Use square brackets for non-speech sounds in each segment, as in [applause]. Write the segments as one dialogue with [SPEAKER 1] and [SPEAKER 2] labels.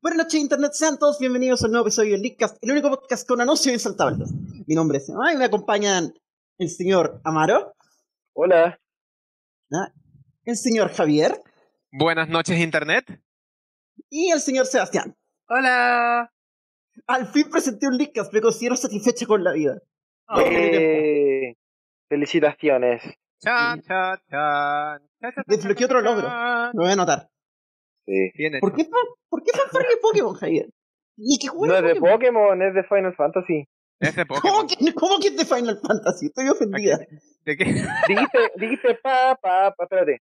[SPEAKER 1] Buenas noches, Internet. Sean todos bienvenidos a un nuevo episodio del Leakcast, el único podcast con anuncios insaltables. Mi nombre es Emma y me acompañan el señor Amaro,
[SPEAKER 2] Hola.
[SPEAKER 1] el señor Javier
[SPEAKER 3] Buenas noches, Internet.
[SPEAKER 1] y el señor Sebastián.
[SPEAKER 4] Hola.
[SPEAKER 1] Al fin presenté un Leakcast, me considero satisfecho con la vida.
[SPEAKER 2] Oh. Eh, felicitaciones.
[SPEAKER 3] Chan, chan, chan. Chan, chan,
[SPEAKER 1] Desbloqueé
[SPEAKER 3] chan,
[SPEAKER 1] otro logro.
[SPEAKER 3] chan.
[SPEAKER 1] Lo voy a anotar.
[SPEAKER 2] Sí.
[SPEAKER 3] Bien hecho.
[SPEAKER 1] ¿Por qué, fa- ¿por qué fanfarria de Pokémon, Javier? Ni que juegue
[SPEAKER 2] No es de
[SPEAKER 1] Pokémon.
[SPEAKER 2] Pokémon, es de Final Fantasy.
[SPEAKER 3] Es de
[SPEAKER 1] ¿Cómo
[SPEAKER 3] Pokémon.
[SPEAKER 1] que, ¿Cómo que es de Final Fantasy? Estoy ofendida.
[SPEAKER 3] ¿De qué?
[SPEAKER 2] Dijiste, dijiste pa, pa, pa, espérate.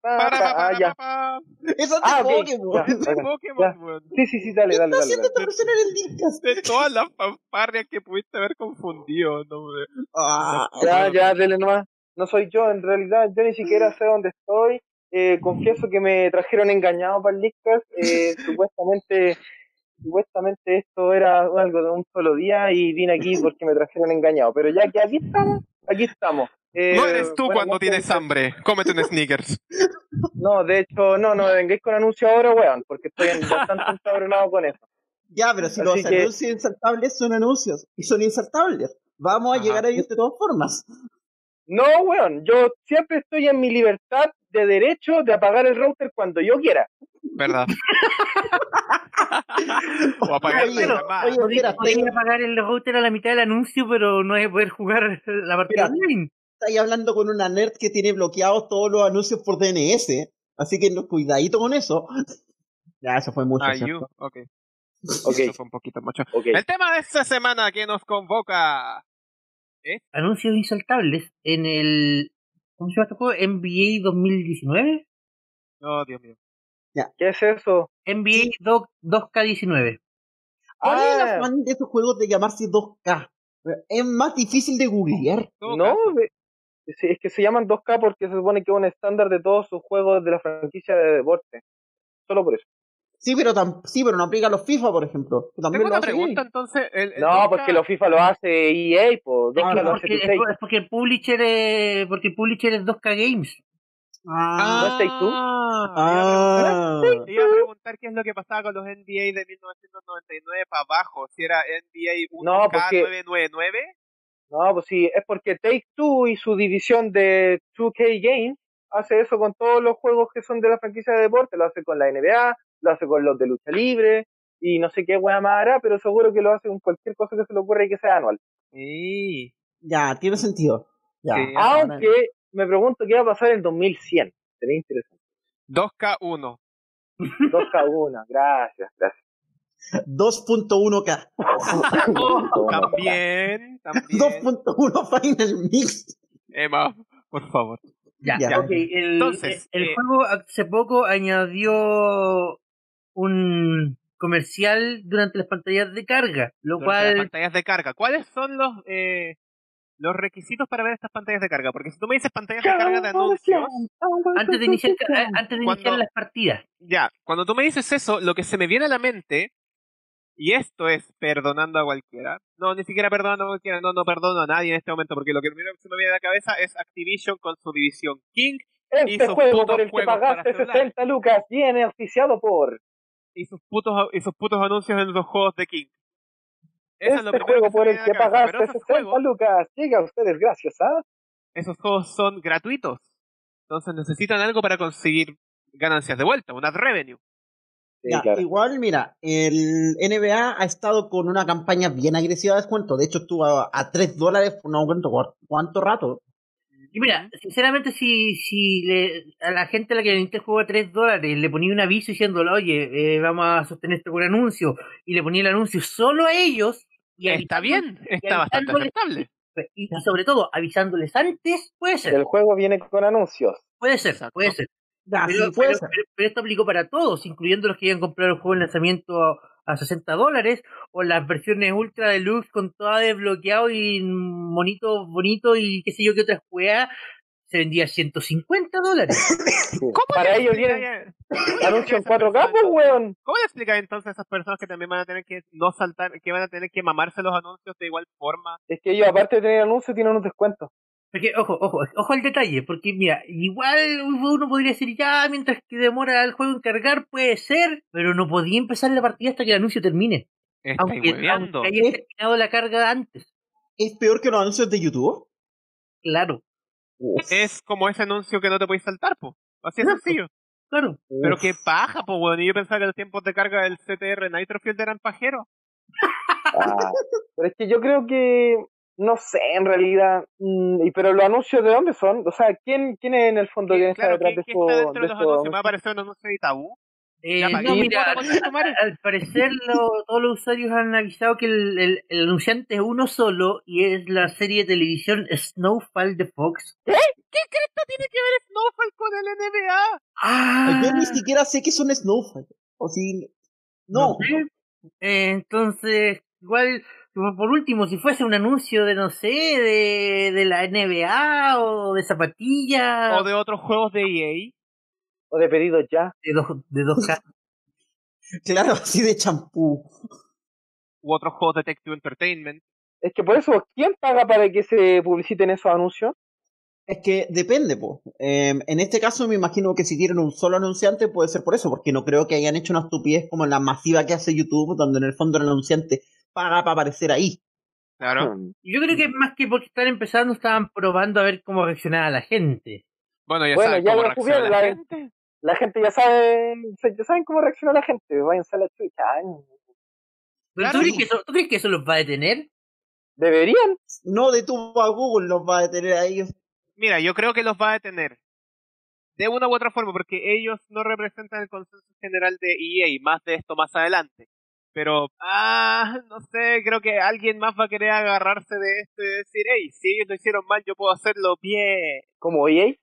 [SPEAKER 2] Pa,
[SPEAKER 3] Para,
[SPEAKER 2] pa,
[SPEAKER 3] para,
[SPEAKER 2] ah, ya.
[SPEAKER 3] para,
[SPEAKER 1] Eso es de
[SPEAKER 2] Ah, ok.
[SPEAKER 1] Pokémon. [laughs]
[SPEAKER 2] Ya,
[SPEAKER 1] ¿Qué
[SPEAKER 2] ok.
[SPEAKER 3] Pokémon, weón.
[SPEAKER 2] Sí, sí, sí, dale, dale,
[SPEAKER 1] está
[SPEAKER 2] dale.
[SPEAKER 1] haciendo
[SPEAKER 2] dale.
[SPEAKER 1] esta persona en el Leakcast?
[SPEAKER 2] [laughs]
[SPEAKER 3] De todas las fanfarrias que pudiste haber confundido, no, weón.
[SPEAKER 1] Ah,
[SPEAKER 2] Ya,
[SPEAKER 3] pues.
[SPEAKER 2] ya, dele nomás. No soy yo, en realidad, yo ni
[SPEAKER 3] Mm.
[SPEAKER 2] siquiera sé dónde estoy. Eh, confieso que me trajeron engañado para el Leakcast.
[SPEAKER 3] [laughs]
[SPEAKER 2] Eh, supuestamente, supuestamente esto era algo de un solo día y vine
[SPEAKER 3] [laughs]
[SPEAKER 2] aquí porque me trajeron engañado. Pero ya que aquí estamos, aquí estamos. Eh,
[SPEAKER 3] No eres tú
[SPEAKER 2] buenas
[SPEAKER 3] cuando
[SPEAKER 2] noches,
[SPEAKER 3] tienes hambre. Cómete un sneakers.
[SPEAKER 2] No, de hecho, no, no me vengáis con anuncio ahora, weón, porque estoy en- bastante encabronado con eso.
[SPEAKER 1] Ya, pero si
[SPEAKER 2] Así
[SPEAKER 1] los
[SPEAKER 2] que-
[SPEAKER 1] anuncios insertables son anuncios y son insertables, vamos a
[SPEAKER 3] Ajá.
[SPEAKER 1] llegar a ellos de todas formas.
[SPEAKER 2] No, weón, yo siempre estoy en mi libertad de derecho de apagar el router cuando yo quiera.
[SPEAKER 1] [laughs]
[SPEAKER 3] ¿Verdad? o apagar la
[SPEAKER 1] Oye,
[SPEAKER 4] Ah,
[SPEAKER 3] llamada.
[SPEAKER 1] oye, mira,
[SPEAKER 4] Podría
[SPEAKER 1] estáis
[SPEAKER 4] apagar el router a la mitad del anuncio, pero no es poder jugar la partida
[SPEAKER 1] Mira.
[SPEAKER 4] online.
[SPEAKER 1] estáis hablando con una nerd que tiene bloqueados todos los anuncios por DNS, así que no- cuidadito con eso. Ya, eso fue mucho.
[SPEAKER 3] Ah,
[SPEAKER 1] ¿cierto?
[SPEAKER 3] you. Ok.
[SPEAKER 2] Ok.
[SPEAKER 3] Eso fue un poquito mucho.
[SPEAKER 2] Ok.
[SPEAKER 3] El tema de esta semana que nos convoca.
[SPEAKER 4] Anuncios insaltables en el. ¿Cómo se llama este juego? NBA 2019.
[SPEAKER 3] Oh, Dios mío.
[SPEAKER 2] ¿Qué es eso?
[SPEAKER 4] NBA 2, 2K19.
[SPEAKER 1] ¿Cuál es el
[SPEAKER 2] Ah.
[SPEAKER 1] afán de esos juegos de llamarse 2K? Es más difícil de googlear.
[SPEAKER 3] Todo
[SPEAKER 2] No,
[SPEAKER 3] caso.
[SPEAKER 2] ve- sí, es que se llaman 2K porque se supone que es un estándar de todos sus juegos de la franquicia de deporte. Solo por eso.
[SPEAKER 1] Sí, pero tam- sí, pero no aplica a los FIFA, por ejemplo. que también
[SPEAKER 3] Tengo
[SPEAKER 1] lo
[SPEAKER 3] una
[SPEAKER 1] hacen.
[SPEAKER 3] pregunta entonces. El, el
[SPEAKER 2] No,
[SPEAKER 3] Doca-
[SPEAKER 2] porque los FIFA lo hace EA, pues.
[SPEAKER 4] Es,
[SPEAKER 2] 2K
[SPEAKER 4] que
[SPEAKER 2] lo hace
[SPEAKER 4] Ah, porque, es,
[SPEAKER 2] 2K.
[SPEAKER 4] por- es porque el publisher es, porque el publisher es 2K Games.
[SPEAKER 1] Ah,
[SPEAKER 3] Ah,
[SPEAKER 2] ¿no estáis tú?
[SPEAKER 1] ah.
[SPEAKER 3] Te iba a preguntar qué es lo que pasaba con los NBA de 1999 para abajo. Si era NBA 1K999.
[SPEAKER 2] No, porque- No, pues sí, es porque Take Two y su división de 2K Games hace eso con todos los juegos que son de la franquicia de deporte, lo hace con la NBA, lo hace con los de lucha libre y no sé qué wea más hará, pero seguro que lo hace con cualquier cosa que se le ocurra y que sea anual.
[SPEAKER 3] Sí.
[SPEAKER 1] Ya, tiene sentido. Ya.
[SPEAKER 3] Sí.
[SPEAKER 2] Aunque me pregunto qué va a pasar en 2100. Sería interesante.
[SPEAKER 3] 2K1.
[SPEAKER 2] 2K1, gracias, gracias.
[SPEAKER 1] 2.1K.
[SPEAKER 3] [laughs] Oh, También, también.
[SPEAKER 1] [laughs] 2.1 Final Mix.
[SPEAKER 3] Emma, por favor.
[SPEAKER 4] Ya,
[SPEAKER 1] Ya.
[SPEAKER 4] ok. El,
[SPEAKER 3] Entonces,
[SPEAKER 4] el, el
[SPEAKER 3] eh,
[SPEAKER 4] juego hace poco añadió un comercial durante las pantallas de carga, lo
[SPEAKER 3] Durante las
[SPEAKER 4] cual
[SPEAKER 3] pantallas de carga. ¿Cuáles son los eh, los requisitos para ver estas pantallas de carga? Porque si tú me dices pantallas de carga de anuncios,
[SPEAKER 4] antes de iniciar eh,
[SPEAKER 2] Este
[SPEAKER 4] antes de iniciar
[SPEAKER 3] Cuando-
[SPEAKER 4] las partidas.
[SPEAKER 3] ya, cuando tú me dices eso, lo que se me viene a la mente, y esto es perdonando a cualquiera, no, ni siquiera perdonando a cualquiera, no, no perdono a nadie en este momento, porque lo que primero que se me viene a la cabeza es Activision con su división King
[SPEAKER 2] Este
[SPEAKER 3] Hizo
[SPEAKER 2] juego
[SPEAKER 3] putos
[SPEAKER 2] por el que
[SPEAKER 3] juegos
[SPEAKER 2] pagaste
[SPEAKER 3] para celular.
[SPEAKER 2] 60 lucas viene auspiciado por
[SPEAKER 3] y sus putos, y sus putos anuncios en los juegos de King. Eso es lo
[SPEAKER 2] este
[SPEAKER 3] primero
[SPEAKER 2] juego
[SPEAKER 3] se
[SPEAKER 2] por
[SPEAKER 3] me
[SPEAKER 2] el
[SPEAKER 3] viene a
[SPEAKER 2] que
[SPEAKER 3] la cabeza,
[SPEAKER 2] pagaste 60
[SPEAKER 3] pero esos juegos-
[SPEAKER 2] lucas llega a ustedes gracias a
[SPEAKER 3] esos juegos son gratuitos. Entonces necesitan algo para conseguir ganancias de vuelta, un ad revenue.
[SPEAKER 1] Ya, Igual, mira, el NBA ha estado con una campaña bien agresiva de descuento. De hecho, estuvo a, a 3 dólares por no cuento por cuánto rato.
[SPEAKER 4] Y mira, sinceramente, si, si le, a la gente a la que le vendiste el juego a 3 dólares le ponía un aviso diciéndole, oye, eh, vamos a sostener esto con anuncio, y le ponía el anuncio solo a ellos, y
[SPEAKER 3] está
[SPEAKER 4] avisándoles-
[SPEAKER 3] bien, está
[SPEAKER 4] y
[SPEAKER 3] bastante
[SPEAKER 4] avisándoles-
[SPEAKER 3] aceptable.
[SPEAKER 4] Y, y sobre todo, avisándoles antes, puede ser,
[SPEAKER 2] El juego viene con anuncios.
[SPEAKER 4] puede ser,
[SPEAKER 3] Exacto.
[SPEAKER 4] puede ser.
[SPEAKER 1] Ya,
[SPEAKER 4] Pero,
[SPEAKER 1] sí, puede
[SPEAKER 4] pero-
[SPEAKER 1] ser.
[SPEAKER 4] pero- pero esto aplicó para todos, incluyendo los que iban a comprar el juego en lanzamiento a, a 60 dólares o las versiones ultra deluxe con todo desbloqueado y monito, bonito y qué sé yo qué otras juegas, se vendía a 150 dólares.
[SPEAKER 2] Para ellos viene [laughs]
[SPEAKER 3] vienen
[SPEAKER 2] anuncio en 4K, pues, weón.
[SPEAKER 3] ¿Cómo le explicas entonces a esas personas que también van a tener que no saltar, que van a tener que mamarse los anuncios de igual forma?
[SPEAKER 2] Es que ellos, aparte de tener anuncios, tienen unos descuentos.
[SPEAKER 4] Porque, ojo, ojo, ojo al detalle, porque mira, igual uno podría decir, ya, mientras que demora el juego en cargar, puede ser, pero no podía empezar la partida hasta que el anuncio termine.
[SPEAKER 3] Está
[SPEAKER 4] Aunque, aunque haya terminado la carga antes,
[SPEAKER 1] ¿Es peor que los anuncios de YouTube?
[SPEAKER 4] claro,
[SPEAKER 3] Es como ese anuncio que no te podéis saltar, po. Así es sencillo.
[SPEAKER 4] claro.
[SPEAKER 3] Pero qué paja, po, weón. Y yo pensaba que los tiempos de carga del CTR Nitrofield eran pajeros.
[SPEAKER 2] Ah, pero es que yo creo que no sé en realidad mm, y pero los anuncios de dónde son o sea quién quién es en el fondo quién está
[SPEAKER 3] Claro,
[SPEAKER 2] detrás
[SPEAKER 3] ¿qué-
[SPEAKER 2] de
[SPEAKER 3] qué está
[SPEAKER 2] estos de
[SPEAKER 3] dentro de los
[SPEAKER 2] estos
[SPEAKER 3] anuncios? Me apareció un anuncio de Tabú.
[SPEAKER 4] Eh,
[SPEAKER 3] Ya,
[SPEAKER 4] no,
[SPEAKER 3] María,
[SPEAKER 4] mira,
[SPEAKER 3] puta, concha tu madre.
[SPEAKER 4] al parecer lo- todos los usuarios han avisado que el, el- el anunciante es uno solo y es la serie de televisión Snowfall de Fox.
[SPEAKER 3] ¿Qué Cristo tiene que ver Snowfall con el NBA?
[SPEAKER 4] Ah,
[SPEAKER 1] Yo ni siquiera sé que son Snowfall. O si. No.
[SPEAKER 4] sé. Eh, entonces, igual, por último, si fuese un anuncio de, no sé, de, de la NBA o de
[SPEAKER 2] Ah.
[SPEAKER 4] zapatillas,
[SPEAKER 3] O de otros juegos de E EA.
[SPEAKER 2] o de pedidos ya
[SPEAKER 4] de, dos, de dos ca-
[SPEAKER 1] Claro, [laughs] así de champú.
[SPEAKER 3] U otros juegos de Tech Two Entertainment.
[SPEAKER 2] es que por eso quién paga para que se publiciten esos anuncios
[SPEAKER 1] Es que depende, po. Eh, en este caso me imagino que si tienen un solo anunciante puede ser por eso, porque no creo que hayan hecho una estupidez como la masiva que hace YouTube, donde en el fondo el anunciante paga para aparecer ahí.
[SPEAKER 3] Claro.
[SPEAKER 2] Hmm.
[SPEAKER 4] Yo creo que más que porque están empezando, estaban probando a ver cómo reaccionaba la gente.
[SPEAKER 3] Bueno, ya
[SPEAKER 2] Bueno,
[SPEAKER 3] saben
[SPEAKER 2] ya
[SPEAKER 3] cómo
[SPEAKER 2] lo
[SPEAKER 3] reacciona la
[SPEAKER 2] descubrieron,
[SPEAKER 3] gente.
[SPEAKER 2] la gente ya sabe se- ya saben cómo reacciona la gente váyanse a la chucha ay.
[SPEAKER 4] Pero
[SPEAKER 3] Claro.
[SPEAKER 4] ¿tú, crees que eso, ¿Tú crees que eso los va a detener?
[SPEAKER 2] deberían
[SPEAKER 1] No de tu a Google los va a detener a ellos.
[SPEAKER 3] Mira, yo creo que los va a detener. De una u otra forma, porque ellos no representan el consenso general de EA, y más de esto más adelante. Pero, ah, no sé, creo que alguien más va a querer agarrarse de esto y decir, hey, si ellos lo hicieron mal, yo puedo hacerlo bien.
[SPEAKER 2] como E EA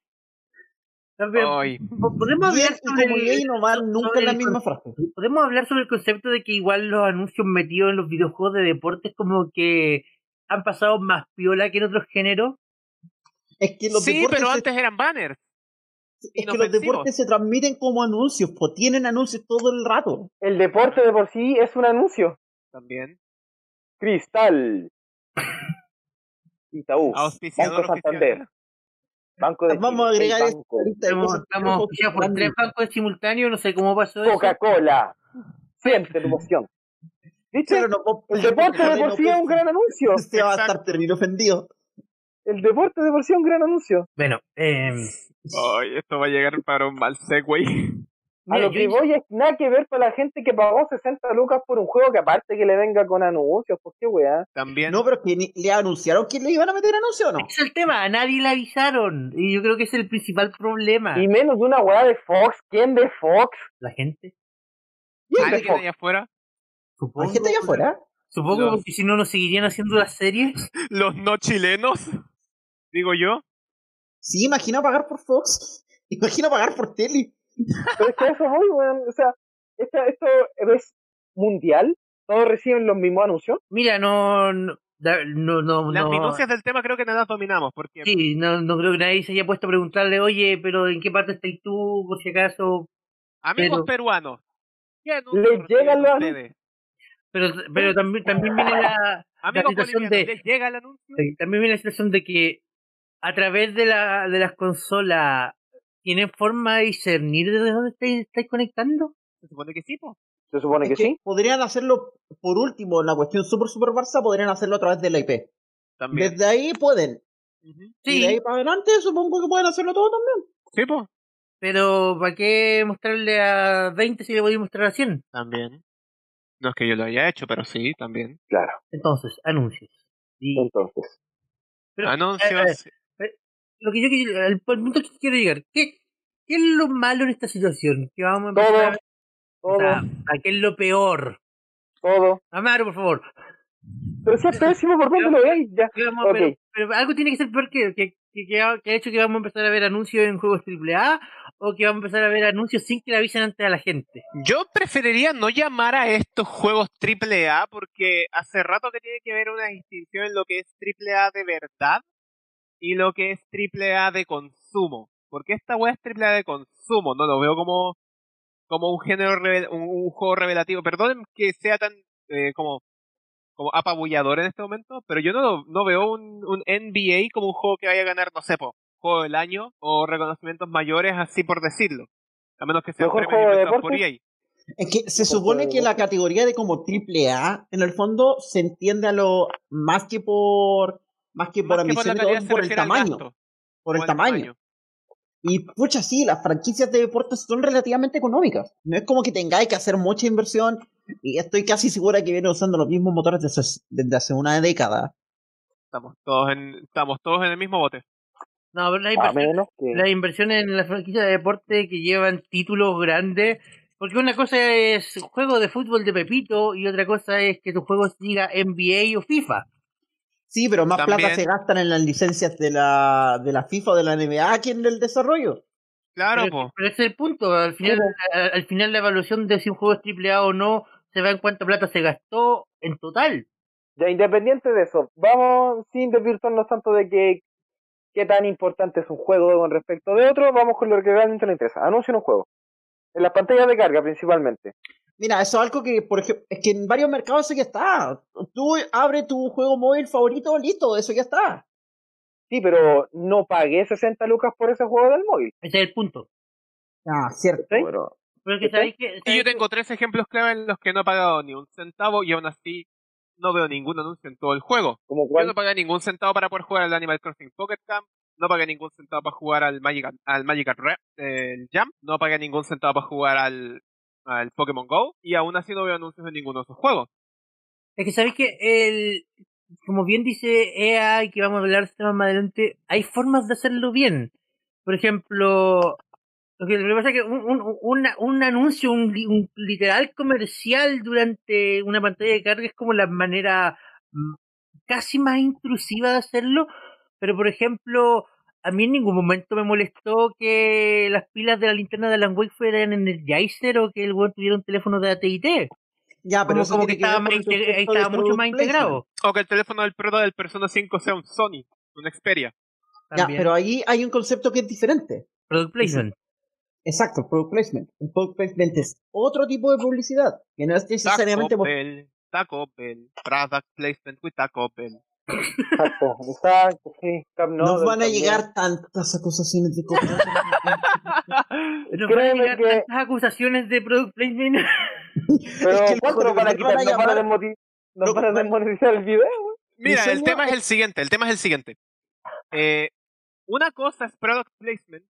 [SPEAKER 4] Tal vez-
[SPEAKER 3] Ay,
[SPEAKER 4] po- Podemos
[SPEAKER 1] Bien
[SPEAKER 4] hablar
[SPEAKER 1] y
[SPEAKER 4] sobre
[SPEAKER 1] como
[SPEAKER 4] el-
[SPEAKER 1] gay no van nunca
[SPEAKER 4] sobre
[SPEAKER 1] en la
[SPEAKER 4] el
[SPEAKER 1] misma frase.
[SPEAKER 4] podemos hablar sobre el concepto de que igual los anuncios metidos en los videojuegos de deportes como que han pasado más piola que en otros géneros.
[SPEAKER 1] Es que los
[SPEAKER 3] sí,
[SPEAKER 1] deportes
[SPEAKER 3] pero
[SPEAKER 1] se-
[SPEAKER 3] antes eran banners.
[SPEAKER 1] es que los
[SPEAKER 3] inofensivos.
[SPEAKER 1] deportes se transmiten como anuncios, po. Tienen anuncios todo el rato.
[SPEAKER 2] el deporte de por sí es un anuncio
[SPEAKER 3] También. [laughs]
[SPEAKER 2] Cristal Itaú
[SPEAKER 3] Auspiciador
[SPEAKER 2] Banco Santander
[SPEAKER 3] oficial.
[SPEAKER 2] Banco de
[SPEAKER 1] Vamos a
[SPEAKER 2] Chile,
[SPEAKER 1] agregar
[SPEAKER 2] Banco.
[SPEAKER 1] esta lista de
[SPEAKER 4] Estamos,
[SPEAKER 1] cosas que
[SPEAKER 4] pues, estamos
[SPEAKER 1] nosotros
[SPEAKER 4] ya por tres
[SPEAKER 1] hablamos.
[SPEAKER 4] bancos en simultáneo, no sé cómo pasó eso.
[SPEAKER 2] Coca-Cola. Siente tu emoción. ¿Viste?
[SPEAKER 1] Claro, no puedo-
[SPEAKER 2] El deporte de por sí es un gran anuncio.
[SPEAKER 1] [laughs] Se va a
[SPEAKER 3] Exacto.
[SPEAKER 1] estar terrible ofendido.
[SPEAKER 2] El deporte de por sí es un gran anuncio.
[SPEAKER 4] Bueno, eh,
[SPEAKER 3] Ay, esto va a llegar para un mal segue.
[SPEAKER 2] A
[SPEAKER 4] mira,
[SPEAKER 2] lo
[SPEAKER 4] yo
[SPEAKER 2] que
[SPEAKER 4] hice-
[SPEAKER 2] voy es nada que ver con la gente que pagó 60 lucas por un juego que aparte que le venga con anuncios. ¿Por qué weá?
[SPEAKER 3] También.
[SPEAKER 1] No, pero es que ni- le anunciaron que le iban a meter anuncio o no.
[SPEAKER 4] ese es el tema, a nadie le avisaron. Y yo creo que ese es el principal problema.
[SPEAKER 2] Y menos de una weá de Fox. ¿Quién de Fox?
[SPEAKER 4] La gente,
[SPEAKER 1] Bien,
[SPEAKER 3] ¿Alguien
[SPEAKER 1] dejo.
[SPEAKER 3] allá afuera?
[SPEAKER 4] supongo.
[SPEAKER 1] Hay gente allá afuera.
[SPEAKER 4] Supongo
[SPEAKER 3] Los-
[SPEAKER 4] porque si no, nos seguirían haciendo las series.
[SPEAKER 3] ¿Los no chilenos? Digo yo.
[SPEAKER 1] Sí, imagina pagar por Fox. [laughs] Imagina pagar por tele.
[SPEAKER 2] Pero es que a eso voy, weón. O sea, esta- esto es mundial. Todos reciben los mismos anuncios.
[SPEAKER 4] Mira, no. No, da- no, no,
[SPEAKER 3] Las
[SPEAKER 4] no.
[SPEAKER 3] minucias del tema creo que no las dominamos, porque
[SPEAKER 4] Sí, no, no creo que nadie se haya puesto a preguntarle, oye, pero ¿en qué parte estás tú? Por si acaso.
[SPEAKER 3] Amigos
[SPEAKER 4] Pero-
[SPEAKER 3] peruanos, ¿qué anuncios
[SPEAKER 2] Les llega
[SPEAKER 3] reciben
[SPEAKER 2] la-
[SPEAKER 3] ustedes?
[SPEAKER 4] Pero, pero también, también viene la,
[SPEAKER 3] Amigos
[SPEAKER 4] situación
[SPEAKER 3] bolivianos,
[SPEAKER 4] de-
[SPEAKER 3] ¿les llega el anuncio?
[SPEAKER 4] también viene la situación de que a través de, la, de las consolas tienen forma de discernir desde dónde estáis, estáis conectando.
[SPEAKER 3] Se supone que sí, po.
[SPEAKER 2] Se supone
[SPEAKER 1] Es
[SPEAKER 2] que,
[SPEAKER 1] que
[SPEAKER 2] sí.
[SPEAKER 1] Podrían hacerlo, por último, la cuestión super super Barça, podrían hacerlo a través de la IP.
[SPEAKER 3] También.
[SPEAKER 1] Desde ahí pueden.
[SPEAKER 3] Ujú.
[SPEAKER 1] Y
[SPEAKER 4] Sí,
[SPEAKER 1] de ahí para adelante supongo que pueden hacerlo todo también.
[SPEAKER 3] Sí, po.
[SPEAKER 4] pero ¿para qué mostrarle a 20 si le voy a mostrar a 100?
[SPEAKER 3] También. No es que yo lo haya hecho, pero sí, también.
[SPEAKER 2] Claro.
[SPEAKER 4] Entonces, anuncios. Y
[SPEAKER 2] Entonces.
[SPEAKER 4] Pero-
[SPEAKER 3] Anuncios.
[SPEAKER 4] lo que yo quiero, el, el punto que quiero llegar, ¿qué, ¿qué es lo malo en esta situación? Que vamos a empezar
[SPEAKER 2] Todo.
[SPEAKER 4] a ver-
[SPEAKER 2] Todo.
[SPEAKER 4] o sea, ¿a ¿qué es lo peor?
[SPEAKER 2] Todo.
[SPEAKER 4] Amaro, por favor.
[SPEAKER 2] Pero si es pésimo, ¿por dónde lo veis? Ya.
[SPEAKER 4] que vamos a
[SPEAKER 2] Ok.
[SPEAKER 4] ver- pero algo tiene que ser peor que, que, que, que ha que ha hecho que vamos a empezar a ver anuncios en juegos AAA o que vamos a empezar a ver anuncios sin que le avisen antes a la gente.
[SPEAKER 3] Yo preferiría no llamar a estos juegos AAA porque hace rato que tiene que haber una distinción en lo que es AAA de verdad y lo que es AAA de consumo. Porque esta web es AAA de consumo, no lo veo como, como un género, revel- un, un juego revelativo. Perdonen que sea tan eh, como, como apabullador en este momento, pero yo no, no veo un, un NBA como un juego que vaya a ganar, no sé, po, juego del año o reconocimientos mayores, así por decirlo. A menos que sean
[SPEAKER 2] Mejor
[SPEAKER 3] premios
[SPEAKER 2] juego de
[SPEAKER 3] inventados por EA.
[SPEAKER 2] deporte.
[SPEAKER 1] Es que se supone que la categoría Pues de como triple A, en el fondo, se entiende a lo más que por más que por
[SPEAKER 3] Más que por la
[SPEAKER 1] ambición y todo,
[SPEAKER 3] calidad, se
[SPEAKER 1] por el
[SPEAKER 3] refiere al
[SPEAKER 1] tamaño,
[SPEAKER 3] gasto,
[SPEAKER 1] por el
[SPEAKER 3] o al
[SPEAKER 1] tamaño. Y pucha, sí, las franquicias de deportes son relativamente económicas. No es como que tengáis que hacer mucha inversión. Y estoy casi segura que vienen usando los mismos motores desde hace- desde hace una década.
[SPEAKER 3] Estamos todos en, estamos todos en el mismo bote.
[SPEAKER 4] No, pero la
[SPEAKER 2] A
[SPEAKER 4] inversión,
[SPEAKER 2] menos que.
[SPEAKER 4] pues la inversión en la franquicia de deporte que llevan títulos grandes, porque una cosa es juego de fútbol de Pepito y otra cosa es que tu juego diga NBA o FIFA.
[SPEAKER 1] Sí, pero más
[SPEAKER 3] También-
[SPEAKER 1] plata se gastan en las licencias de la, de la FIFA o de la NBA que en el desarrollo.
[SPEAKER 3] Claro,
[SPEAKER 4] pero,
[SPEAKER 3] po.
[SPEAKER 4] pero ese es el punto. Al final, al, al final la evaluación de si un juego es triple A o no se va en cuánta plata se gastó en total.
[SPEAKER 2] Ya independiente de eso, vamos sin desvirtuarnos tanto de que qué tan importante es un juego con respecto de otro, vamos con lo que realmente nos interesa. Anuncian un juego. En las pantallas de carga principalmente.
[SPEAKER 1] Mira, eso es algo que, por ejemplo, es que en varios mercados eso ya está. Tú abre tu juego móvil favorito, listo, eso ya está.
[SPEAKER 2] Sí, pero no pagué 60 lucas por ese juego del móvil.
[SPEAKER 4] Ese es el punto.
[SPEAKER 1] Ah, cierto.
[SPEAKER 2] ¿Sí?
[SPEAKER 1] pero-
[SPEAKER 4] Pero que
[SPEAKER 2] ¿Sí?
[SPEAKER 4] sabéis que,
[SPEAKER 3] Y
[SPEAKER 4] sabéis
[SPEAKER 3] yo tengo tres ejemplos clave en los que no he pagado ni un centavo y aún así no veo ningún anuncio en todo el juego.
[SPEAKER 2] Como
[SPEAKER 3] Yo
[SPEAKER 2] cual,
[SPEAKER 3] no pagué ningún centavo para poder jugar al Animal Crossing Pocket Camp. No pagué ningún centavo para jugar al Magic, al Magic Jam. No pagué ningún centavo para jugar al, al Pokémon Go. Y aún así no veo anuncios de ninguno de esos juegos.
[SPEAKER 4] Es que sabéis que el, como bien dice EA y que vamos a hablar de este tema más adelante, hay formas de hacerlo bien. Por ejemplo, lo que, lo que pasa es que un, un- una- un anuncio, un, li- un literal comercial durante una pantalla de carga es como la manera mm, casi más intrusiva de hacerlo. Pero por ejemplo, a mí en ningún momento me molestó que las pilas de la linterna de Alan Wake fueran en el Geyser o que el weón tuviera un teléfono de AT&T
[SPEAKER 1] Ya, Ah, pero
[SPEAKER 4] como,
[SPEAKER 1] eso
[SPEAKER 4] como que
[SPEAKER 1] tiene
[SPEAKER 4] estaba,
[SPEAKER 1] ver
[SPEAKER 4] más
[SPEAKER 1] con el
[SPEAKER 4] integra-
[SPEAKER 1] concepto de
[SPEAKER 4] estaba mucho más
[SPEAKER 1] product placement.
[SPEAKER 4] integrado.
[SPEAKER 3] O que el teléfono del prota del Persona 5 sea un Sony, una Xperia.
[SPEAKER 1] Ya,
[SPEAKER 4] También.
[SPEAKER 1] pero ahí hay un concepto que es diferente.
[SPEAKER 4] Product placement.
[SPEAKER 1] Exacto, product placement. El product placement es otro tipo de publicidad, que no es necesariamente...
[SPEAKER 3] Taco
[SPEAKER 1] por-
[SPEAKER 3] Bell, Taco Bell, product placement with Taco Bell.
[SPEAKER 2] exacto, exacto, sí, Camp Nou
[SPEAKER 1] Nos van a
[SPEAKER 2] también.
[SPEAKER 1] llegar tantas acusaciones de cosas.
[SPEAKER 4] Nos van a
[SPEAKER 2] Créeme
[SPEAKER 4] llegar [laughs]
[SPEAKER 2] que-
[SPEAKER 4] tantas acusaciones de product placement.
[SPEAKER 2] Pero
[SPEAKER 1] Es que el
[SPEAKER 2] ¿cuánto nos van a
[SPEAKER 1] Jorge,
[SPEAKER 2] quitar?
[SPEAKER 1] nos van
[SPEAKER 2] Nos van
[SPEAKER 1] a
[SPEAKER 2] a
[SPEAKER 1] llamar-
[SPEAKER 2] desmoti- nos
[SPEAKER 1] Lo-
[SPEAKER 2] van a desmonetizar el video.
[SPEAKER 3] Mira, el
[SPEAKER 1] Diseño-
[SPEAKER 3] tema es el siguiente, el tema es el siguiente. Eh, una cosa es product placement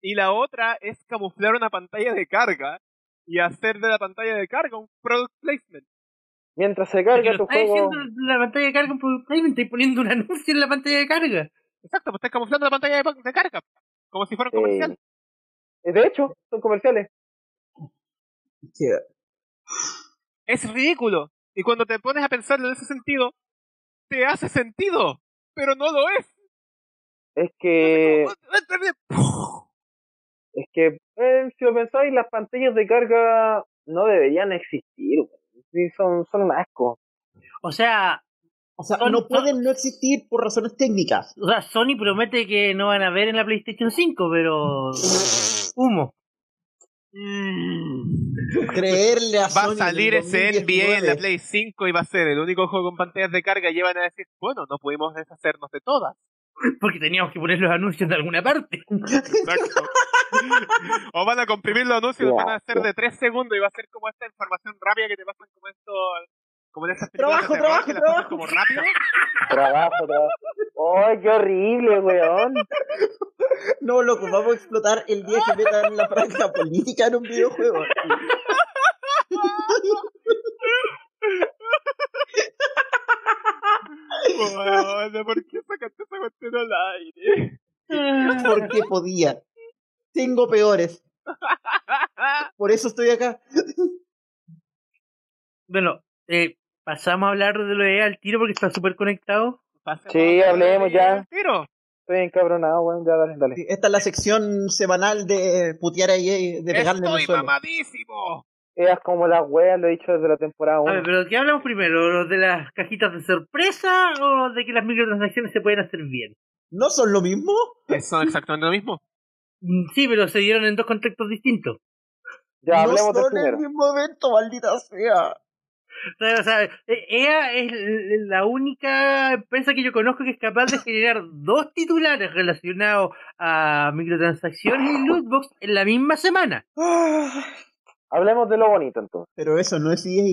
[SPEAKER 3] y la otra es camuflar una pantalla de carga y hacer de la pantalla de carga un product placement.
[SPEAKER 2] Mientras se
[SPEAKER 4] [laughs] Porque
[SPEAKER 2] carga
[SPEAKER 4] lo
[SPEAKER 2] tu
[SPEAKER 4] está diciendo
[SPEAKER 2] juego.
[SPEAKER 4] en la pantalla de carga un product placement. Estoy poniendo un anuncio en la pantalla de carga.
[SPEAKER 3] Exacto, pues estás camuflando la pantalla de, pa- de carga, como si fuera un comercial.
[SPEAKER 2] eh, de hecho, son comerciales.
[SPEAKER 1] Sí,
[SPEAKER 3] Es ridículo. Y cuando te pones a pensarlo en ese sentido, te hace sentido, pero no lo es.
[SPEAKER 2] Es
[SPEAKER 1] Eh,
[SPEAKER 2] que, es que, eh, si lo pensáis, las pantallas de carga no deberían existir. güey. Sí, son, son un asco.
[SPEAKER 4] O sea,
[SPEAKER 1] O sea,
[SPEAKER 4] Son-
[SPEAKER 1] no pueden no existir por razones técnicas.
[SPEAKER 4] o sea, Sony promete que no van a ver en la PlayStation 5, pero. Humo. [laughs]
[SPEAKER 1] Creerle a
[SPEAKER 3] Va
[SPEAKER 1] Sony
[SPEAKER 3] a
[SPEAKER 1] en
[SPEAKER 3] salir ese
[SPEAKER 1] 2019.
[SPEAKER 3] NBA en la Play 5 y va a ser el único juego con pantallas de carga y van a decir, bueno, no pudimos deshacernos de
[SPEAKER 1] [laughs]
[SPEAKER 3] todas.
[SPEAKER 4] Porque teníamos que poner los anuncios de alguna parte.
[SPEAKER 3] Exacto. [laughs] o van a comprimir los anuncios y los van a hacer de 3 segundos y va a ser como esta información rápida que te pasan como esto, como en esas películas de
[SPEAKER 1] Trabajo,
[SPEAKER 3] terror que las
[SPEAKER 1] trabajo,
[SPEAKER 3] pasan
[SPEAKER 1] [laughs]
[SPEAKER 3] como rápido.
[SPEAKER 2] Trabajo, trabajo. ¡Ay, qué horrible, weón!
[SPEAKER 1] [laughs] No, loco, vamos a explotar el día que metan la franja política en un videojuego.
[SPEAKER 3] Bueno, ¿por qué sacaste esa cuestión al aire?
[SPEAKER 1] Porque podía. Tengo peores. Por eso estoy acá.
[SPEAKER 4] Bueno, eh, pasamos a hablar de lo de EA al tiro porque está súper conectado.
[SPEAKER 3] Pasemos
[SPEAKER 2] Sí,
[SPEAKER 3] a la
[SPEAKER 2] hablemos
[SPEAKER 3] línea
[SPEAKER 2] ya.
[SPEAKER 3] del Tiro.
[SPEAKER 2] Estoy encabronado, weón. Ya, dale, dale.
[SPEAKER 1] Esta es la sección semanal de putear a EA, de pegarle en el
[SPEAKER 3] Estoy
[SPEAKER 1] suelo.
[SPEAKER 3] mamadísimo.
[SPEAKER 2] Eras como las weas, lo he dicho desde la temporada
[SPEAKER 4] A ver,
[SPEAKER 2] 1.
[SPEAKER 4] pero ¿qué hablamos primero? ¿Los de las cajitas de sorpresa o de que las microtransacciones se pueden hacer bien?
[SPEAKER 1] ¿No son lo mismo?
[SPEAKER 3] Son exactamente lo mismo.
[SPEAKER 4] Mm, Sí, pero se dieron en dos contextos distintos.
[SPEAKER 2] Ya
[SPEAKER 1] no
[SPEAKER 2] hablemos del
[SPEAKER 1] son el
[SPEAKER 2] primero.
[SPEAKER 1] mismo evento, maldita sea.
[SPEAKER 4] O sea, EA es la única empresa que yo conozco que es capaz de generar dos titulares relacionados a microtransacciones y lootbox en la misma semana.
[SPEAKER 2] Hablemos de lo bonito entonces.
[SPEAKER 1] Pero eso no es EA.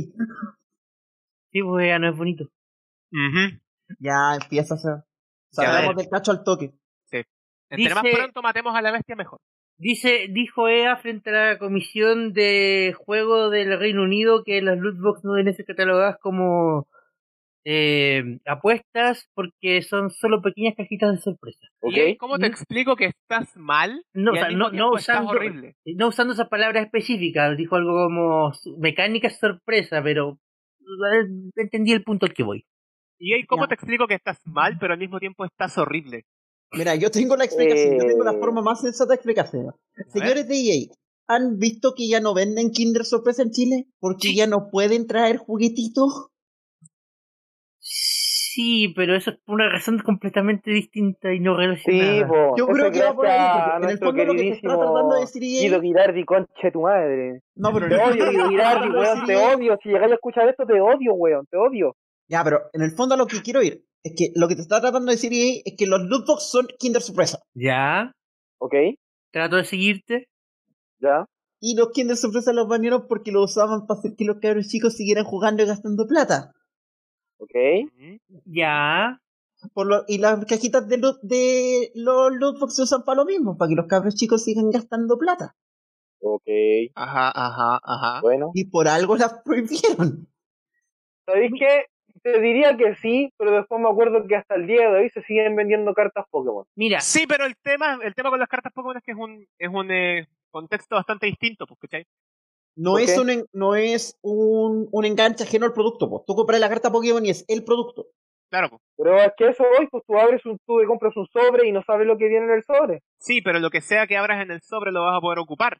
[SPEAKER 4] Sí, pues EA no es bonito.
[SPEAKER 3] Ujú.
[SPEAKER 1] Ya empieza a ser. Salgamos del cacho al toque.
[SPEAKER 3] Entre más
[SPEAKER 4] Dice-
[SPEAKER 3] pronto matemos a la bestia, mejor.
[SPEAKER 4] Dice, dijo EA frente a la comisión de juego del Reino Unido que las lootbox no deben ser catalogadas como eh, apuestas porque son solo pequeñas cajitas de sorpresa.
[SPEAKER 2] ¿Ok?
[SPEAKER 3] ¿Y cómo te
[SPEAKER 4] ¿Mm?
[SPEAKER 3] explico que estás mal?
[SPEAKER 4] No,
[SPEAKER 3] y
[SPEAKER 4] o sea,
[SPEAKER 3] al mismo
[SPEAKER 4] no, no
[SPEAKER 3] tiempo estás
[SPEAKER 4] usando, eh,
[SPEAKER 3] horrible.
[SPEAKER 4] no usando esa palabra específica, dijo algo como s- mecánica sorpresa, pero eh, entendí el punto al que voy.
[SPEAKER 3] ¿Y ahí cómo
[SPEAKER 1] Ya.
[SPEAKER 3] te explico que estás mal, pero al mismo tiempo estás horrible?
[SPEAKER 1] Mira, yo tengo la explicación, yo tengo la
[SPEAKER 2] Eh.
[SPEAKER 1] forma más sensata de explicación. Señores de EA, ¿han visto que ya no venden Kinder Sorpresa en Chile? Porque ya no pueden traer juguetitos.
[SPEAKER 4] Sí, pero eso es por una razón completamente distinta y no relacionada.
[SPEAKER 2] Sí, po,
[SPEAKER 1] Yo
[SPEAKER 2] Oh, eso
[SPEAKER 1] creo
[SPEAKER 2] es
[SPEAKER 1] que va por ahí,
[SPEAKER 2] gracias
[SPEAKER 1] porque
[SPEAKER 2] a
[SPEAKER 1] en el fondo lo
[SPEAKER 2] nuestro
[SPEAKER 1] que te está tratando
[SPEAKER 2] queridísimo
[SPEAKER 1] de decir EA
[SPEAKER 2] Guido Girardi, conche tu madre.
[SPEAKER 1] No, pero en
[SPEAKER 2] Te
[SPEAKER 1] el fondo
[SPEAKER 2] odio,
[SPEAKER 1] lo que [laughs]
[SPEAKER 2] Guido
[SPEAKER 1] está
[SPEAKER 2] Girardi,
[SPEAKER 1] tratando de
[SPEAKER 2] weón, te
[SPEAKER 1] decir EA
[SPEAKER 2] odio. Si llegáis a escuchar esto, te odio, weón, te odio.
[SPEAKER 1] Ya, pero en el fondo lo que quiero ir es que lo que te está tratando de decir EA es que los lootbox son Kinder Sorpresa.
[SPEAKER 4] Ya,
[SPEAKER 2] ¿Ok?
[SPEAKER 4] trato de seguirte.
[SPEAKER 2] ¿Ya?
[SPEAKER 1] Y los Kinder Sorpresa los bañaron porque los usaban para hacer que los cabros chicos siguieran jugando y gastando plata.
[SPEAKER 2] ¿Ok?
[SPEAKER 3] ¿Mm?
[SPEAKER 4] Ya,
[SPEAKER 1] Por lo- y las cajitas de, loot- de los lootbox se usan para lo mismo, para que los cabros chicos sigan gastando plata.
[SPEAKER 2] Ok.
[SPEAKER 3] Ajá, ajá, ajá.
[SPEAKER 2] Bueno.
[SPEAKER 1] Y por algo las [laughs] prohibieron.
[SPEAKER 2] ¿Sabéis qué? Te diría que sí, pero después me acuerdo que hasta el día de hoy se siguen vendiendo cartas Pokémon.
[SPEAKER 4] mira,
[SPEAKER 3] Sí, pero el tema, el tema con las cartas Pokémon es que es un, es un eh, contexto bastante distinto, pues, ¿cachai?
[SPEAKER 1] No
[SPEAKER 2] Ok.
[SPEAKER 1] es, un, en- no es un, un enganche ajeno al producto. po. Tú compras la carta Pokémon y es el producto.
[SPEAKER 3] Claro, pues.
[SPEAKER 2] Pero es que eso hoy, pues tú abres un, tú compras un sobre y no sabes lo que viene en el sobre.
[SPEAKER 3] Sí, pero lo que sea que abras en el sobre lo vas a poder ocupar.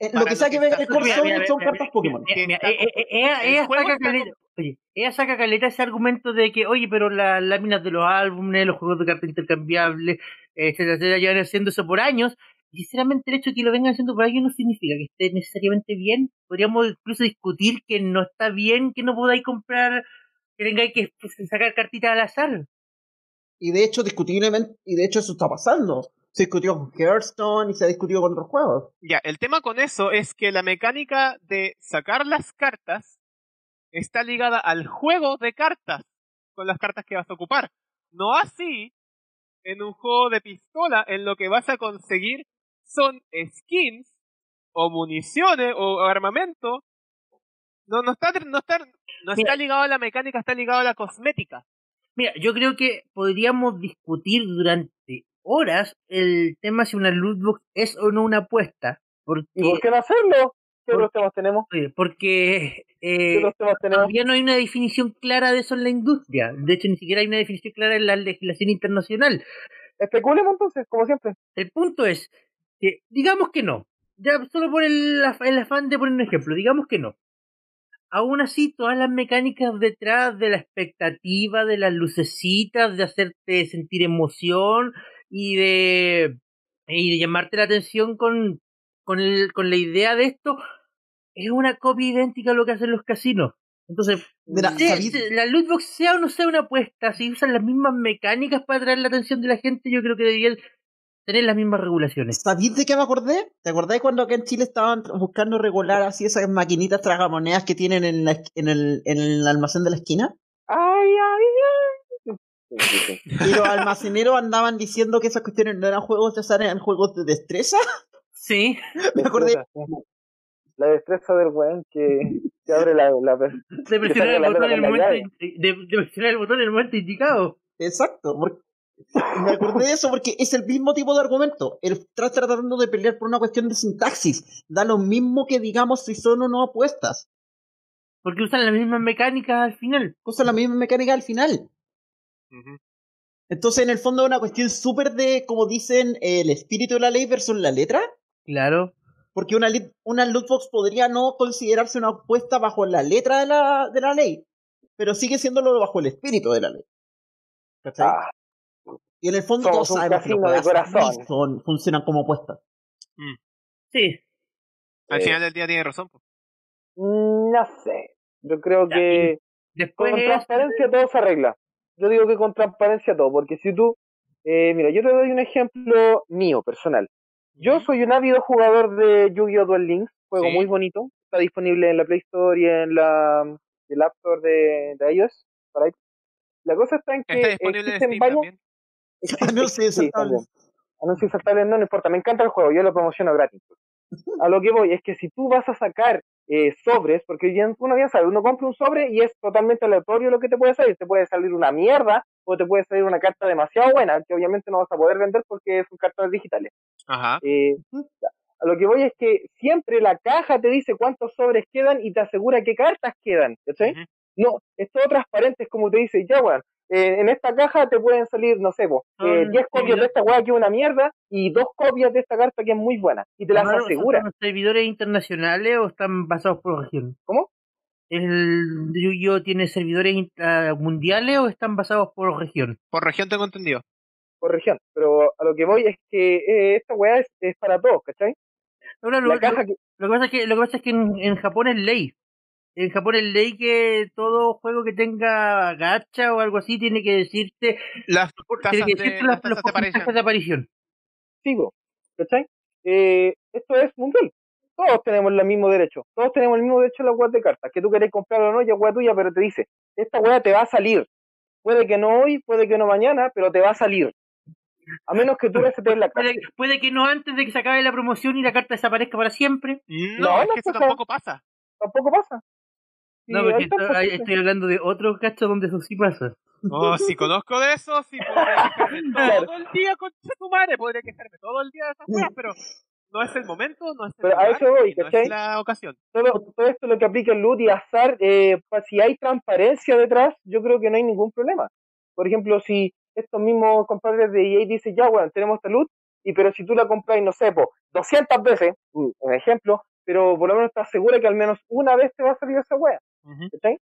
[SPEAKER 1] Eh,
[SPEAKER 3] Para
[SPEAKER 1] lo que
[SPEAKER 3] los
[SPEAKER 1] sea que venga en el
[SPEAKER 3] que
[SPEAKER 1] core
[SPEAKER 4] están-
[SPEAKER 1] sobre
[SPEAKER 4] Mira, mira,
[SPEAKER 1] son
[SPEAKER 4] mira,
[SPEAKER 1] cartas Pokémon.
[SPEAKER 4] Mira, mira,
[SPEAKER 3] está-
[SPEAKER 4] eh, eh, eh, ella,
[SPEAKER 3] el
[SPEAKER 4] ella
[SPEAKER 3] juego
[SPEAKER 4] saca
[SPEAKER 3] está
[SPEAKER 4] caleta, oye, ella saca caleta ese argumento de que, oye, pero las láminas de los álbumes, los juegos de cartas intercambiables, etcétera, etcétera, llevan haciendo eso por años. Y sinceramente el hecho de que lo vengan haciendo por años no significa que esté necesariamente bien. Podríamos incluso discutir que no está bien que no podáis comprar, que tengáis que pues, sacar cartitas al azar.
[SPEAKER 1] Y de hecho, discutiblemente, y de hecho eso está pasando. Se discutió con Hearthstone y se ha discutido con otros juegos.
[SPEAKER 3] Ya, el tema con eso es que la mecánica de sacar las cartas está ligada al juego de cartas con las cartas que vas a ocupar. No así en un juego de pistola en lo que vas a conseguir son skins o municiones o armamento. No, no está, no está, no está
[SPEAKER 4] Mira.
[SPEAKER 3] ligado a la mecánica, está ligado a la cosmética.
[SPEAKER 4] Mira, yo creo que podríamos discutir durante horas el tema si una lootbox es o no una apuesta. Porque,
[SPEAKER 2] ¿Y por qué no hacerlo? ¿Qué
[SPEAKER 4] ¿Por
[SPEAKER 2] otros temas tenemos?
[SPEAKER 4] oye, porque
[SPEAKER 2] ¿Qué
[SPEAKER 4] eh,
[SPEAKER 2] otros temas tenemos?
[SPEAKER 4] todavía no hay una definición clara de eso en la industria. De hecho, ni siquiera hay una definición clara en la legislación internacional.
[SPEAKER 2] Especulemos entonces, como siempre.
[SPEAKER 4] El punto es que, digamos que no, ya solo por el, af- el afán de poner un ejemplo, digamos que no. Aún así, todas las mecánicas detrás de la expectativa, de las lucecitas, de hacerte sentir emoción y de, y de llamarte la atención con, con, el- con la idea de esto, es una copia idéntica a lo que hacen los casinos. Entonces,
[SPEAKER 1] Mira,
[SPEAKER 4] sea-
[SPEAKER 1] ¿sabéis?
[SPEAKER 4] sea- la loot box sea o no sea una apuesta, si usan las mismas mecánicas para atraer la atención de la gente, yo creo que deberían tener las mismas regulaciones.
[SPEAKER 1] ¿Sabéis de qué me acordé? ¿Te acordás cuando acá en Chile estaban buscando regular así esas maquinitas tragamonedas que tienen en, la esqu- en, el, en el almacén de la esquina?
[SPEAKER 2] Ay, ay, ay. Sí, sí, [laughs] sí.
[SPEAKER 1] Y los almaceneros andaban diciendo que esas cuestiones no eran juegos de azar, eran juegos de destreza. [laughs]
[SPEAKER 4] Sí,
[SPEAKER 1] Me acordé.
[SPEAKER 2] Destreza, sí. La destreza del weón que, que abre la, la,
[SPEAKER 4] de presionar el
[SPEAKER 2] salga la
[SPEAKER 4] botón
[SPEAKER 2] pena
[SPEAKER 4] en el
[SPEAKER 2] con la
[SPEAKER 4] momento, de, de presionar el botón en el momento indicado.
[SPEAKER 1] Exacto. porque- Me acordé de eso porque es el mismo tipo de argumento. El estás tratando de pelear por una cuestión de sintaxis. Da lo mismo que digamos si son o no apuestas.
[SPEAKER 4] Porque usan las mismas mecánicas al final.
[SPEAKER 1] Usa la misma mecánica al final. Entonces, en el fondo es una cuestión súper de, como dicen, el espíritu de la ley versus la letra.
[SPEAKER 4] Claro.
[SPEAKER 1] Porque una, lit- una lootbox podría no considerarse una apuesta bajo la letra de la, de la ley, pero sigue siéndolo bajo el espíritu de la ley. ¿Cachai?
[SPEAKER 2] Ah,
[SPEAKER 1] y en el fondo
[SPEAKER 2] somos
[SPEAKER 1] todos
[SPEAKER 2] un
[SPEAKER 1] sabemos que los
[SPEAKER 2] casino de
[SPEAKER 1] juegazos
[SPEAKER 2] corazón.
[SPEAKER 1] sí son- funcionan como
[SPEAKER 2] [laughs]
[SPEAKER 1] apuestas.
[SPEAKER 4] Sí.
[SPEAKER 3] Al
[SPEAKER 2] Eh.
[SPEAKER 3] final del día tiene razón. pues.
[SPEAKER 2] no sé. Yo creo
[SPEAKER 4] Ya,
[SPEAKER 2] que
[SPEAKER 4] Después
[SPEAKER 2] con
[SPEAKER 4] es-
[SPEAKER 2] transparencia todo se arregla. Yo digo que con transparencia todo, porque si tú, eh, mira, yo te doy un ejemplo mío, personal. Yo soy un ávido jugador de Yu-Gi-Oh! Duel Links, juego
[SPEAKER 3] Sí.
[SPEAKER 2] muy bonito, está disponible en la Play Store y en la el App Store de, de iOS. Para iPhone. la cosa está en que
[SPEAKER 3] Está disponible en
[SPEAKER 2] existen
[SPEAKER 3] Steam
[SPEAKER 2] varias-
[SPEAKER 3] también.
[SPEAKER 2] existen-
[SPEAKER 1] [laughs] No sé,
[SPEAKER 2] sí,
[SPEAKER 1] saltables.
[SPEAKER 2] también. Anuncios saltables Ah, no, no importa, me encanta el juego, yo lo promociono gratis. A lo que voy es que si tú vas a sacar eh, sobres, porque hoy día- uno ya sabe, uno compra un sobre y es totalmente aleatorio lo que te puede salir, te puede salir una mierda o te puede salir una carta demasiado buena, que obviamente no vas a poder vender porque son cartas digitales.
[SPEAKER 3] Ajá.
[SPEAKER 2] Eh, a lo que voy es que siempre la caja te dice cuántos sobres quedan y te asegura qué cartas quedan, ¿cachai?
[SPEAKER 3] Ujú.
[SPEAKER 2] No, es todo transparente, es como te dice, ya, weón, eh, en esta caja te pueden salir, no sé, po, eh,
[SPEAKER 4] Son
[SPEAKER 2] 10 copias de esta weá que es una mierda y dos copias de esta carta que es muy buena y te las
[SPEAKER 4] Claro,
[SPEAKER 2] asegura.
[SPEAKER 4] ¿Son los servidores internacionales o están basados por región?
[SPEAKER 2] ¿Cómo?
[SPEAKER 4] ¿El Yu-Gi-Oh tiene servidores intra- mundiales o están basados por región?
[SPEAKER 3] Por región tengo entendido.
[SPEAKER 2] por región. Pero a lo que voy es que eh, esta weá es, es para todos, ¿cachai?
[SPEAKER 4] Ahora, lo,
[SPEAKER 2] La caja
[SPEAKER 4] lo-
[SPEAKER 2] que.
[SPEAKER 4] lo que pasa es que, lo que, pasa es que en, en Japón es ley. En Japón es ley que todo juego que tenga gacha o algo así tiene que decirte,
[SPEAKER 3] [laughs] Las
[SPEAKER 4] tiene
[SPEAKER 3] tasas de,
[SPEAKER 4] que decirte
[SPEAKER 3] las
[SPEAKER 4] las-
[SPEAKER 3] tasas
[SPEAKER 4] los
[SPEAKER 3] de aparición.
[SPEAKER 4] porcentajes de aparición.
[SPEAKER 2] sigo, ¿cachai? Eh, esto es mundial. Todos tenemos el mismo derecho. Todos tenemos el mismo derecho a la web de cartas. Que tú querés comprar o no, ya es weá tuya, pero te dice, esta weá te va a salir. Puede que no hoy, puede que no mañana, pero te va a salir. A menos que
[SPEAKER 4] [laughs]
[SPEAKER 2] tú resetes la carta.
[SPEAKER 4] Puede, puede que no antes de que se acabe la promoción y la carta desaparezca para siempre.
[SPEAKER 3] No,
[SPEAKER 2] No,
[SPEAKER 3] es
[SPEAKER 2] no
[SPEAKER 3] que eso
[SPEAKER 2] pasa.
[SPEAKER 3] tampoco pasa.
[SPEAKER 2] Tampoco pasa. Sí,
[SPEAKER 4] no, porque
[SPEAKER 2] ahí está,
[SPEAKER 4] esto-
[SPEAKER 2] pues,
[SPEAKER 4] ahí estoy hablando de otro cacho donde eso sí pasa.
[SPEAKER 3] Oh, si conozco de eso, si [laughs] podría quejarme
[SPEAKER 2] Claro.
[SPEAKER 3] todo el día con tu madre, podría quejarme todo el día de esas weas, pero no es el momento, no es el
[SPEAKER 2] Pero a
[SPEAKER 3] lugar,
[SPEAKER 2] eso voy,
[SPEAKER 3] y no es
[SPEAKER 2] ¿cachai?
[SPEAKER 3] la ocasión.
[SPEAKER 2] todo, todo esto lo que aplica el LUT y azar, eh, pa- si hay transparencia detrás, yo creo que no hay ningún problema. Por ejemplo, si estos mismos compadres de EA dicen, ya, bueno, tenemos esta LUT, y, pero si tú la compras, no sé, po, 200 veces, mm, un ejemplo, pero por lo menos estás segura que al menos una vez te va a salir esa wea, ¿cachai?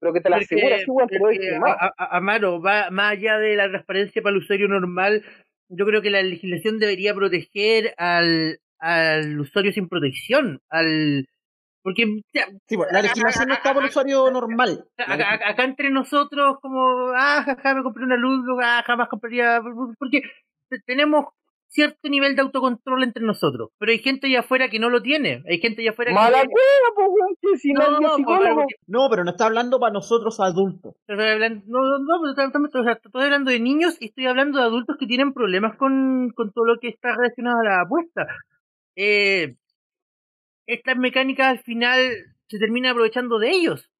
[SPEAKER 2] Pero que te la
[SPEAKER 4] Pero que-
[SPEAKER 2] aseguras, sí, weón, te
[SPEAKER 4] pero
[SPEAKER 2] lo
[SPEAKER 4] que,
[SPEAKER 2] dicen más.
[SPEAKER 4] a- a- Amaro, va más allá de la transparencia para el usuario normal, yo creo que la legislación debería proteger al, al usuario sin protección, al porque ya,
[SPEAKER 1] Sí, pues, la legislación no está por el usuario normal.
[SPEAKER 4] acá, acá- acá entre nosotros como ah jaja me compré una luz, ah, jamás compraría porque te- tenemos cierto nivel de autocontrol entre nosotros, pero hay gente allá afuera que no lo tiene, hay gente allá afuera
[SPEAKER 2] Mala
[SPEAKER 4] que
[SPEAKER 2] wea, po, weón, que si
[SPEAKER 4] eh, no,
[SPEAKER 2] nadie es
[SPEAKER 4] no,
[SPEAKER 2] psicólogo.
[SPEAKER 4] porque-
[SPEAKER 1] No, pero no está hablando para nosotros adultos.
[SPEAKER 4] Estoy hablando, no, no, no, pero tam- tam- o sea, estoy hablando de niños y estoy hablando de adultos que tienen problemas con, con todo lo que está relacionado a la apuesta. Eh, estas mecánicas al final se terminan aprovechando de ellos.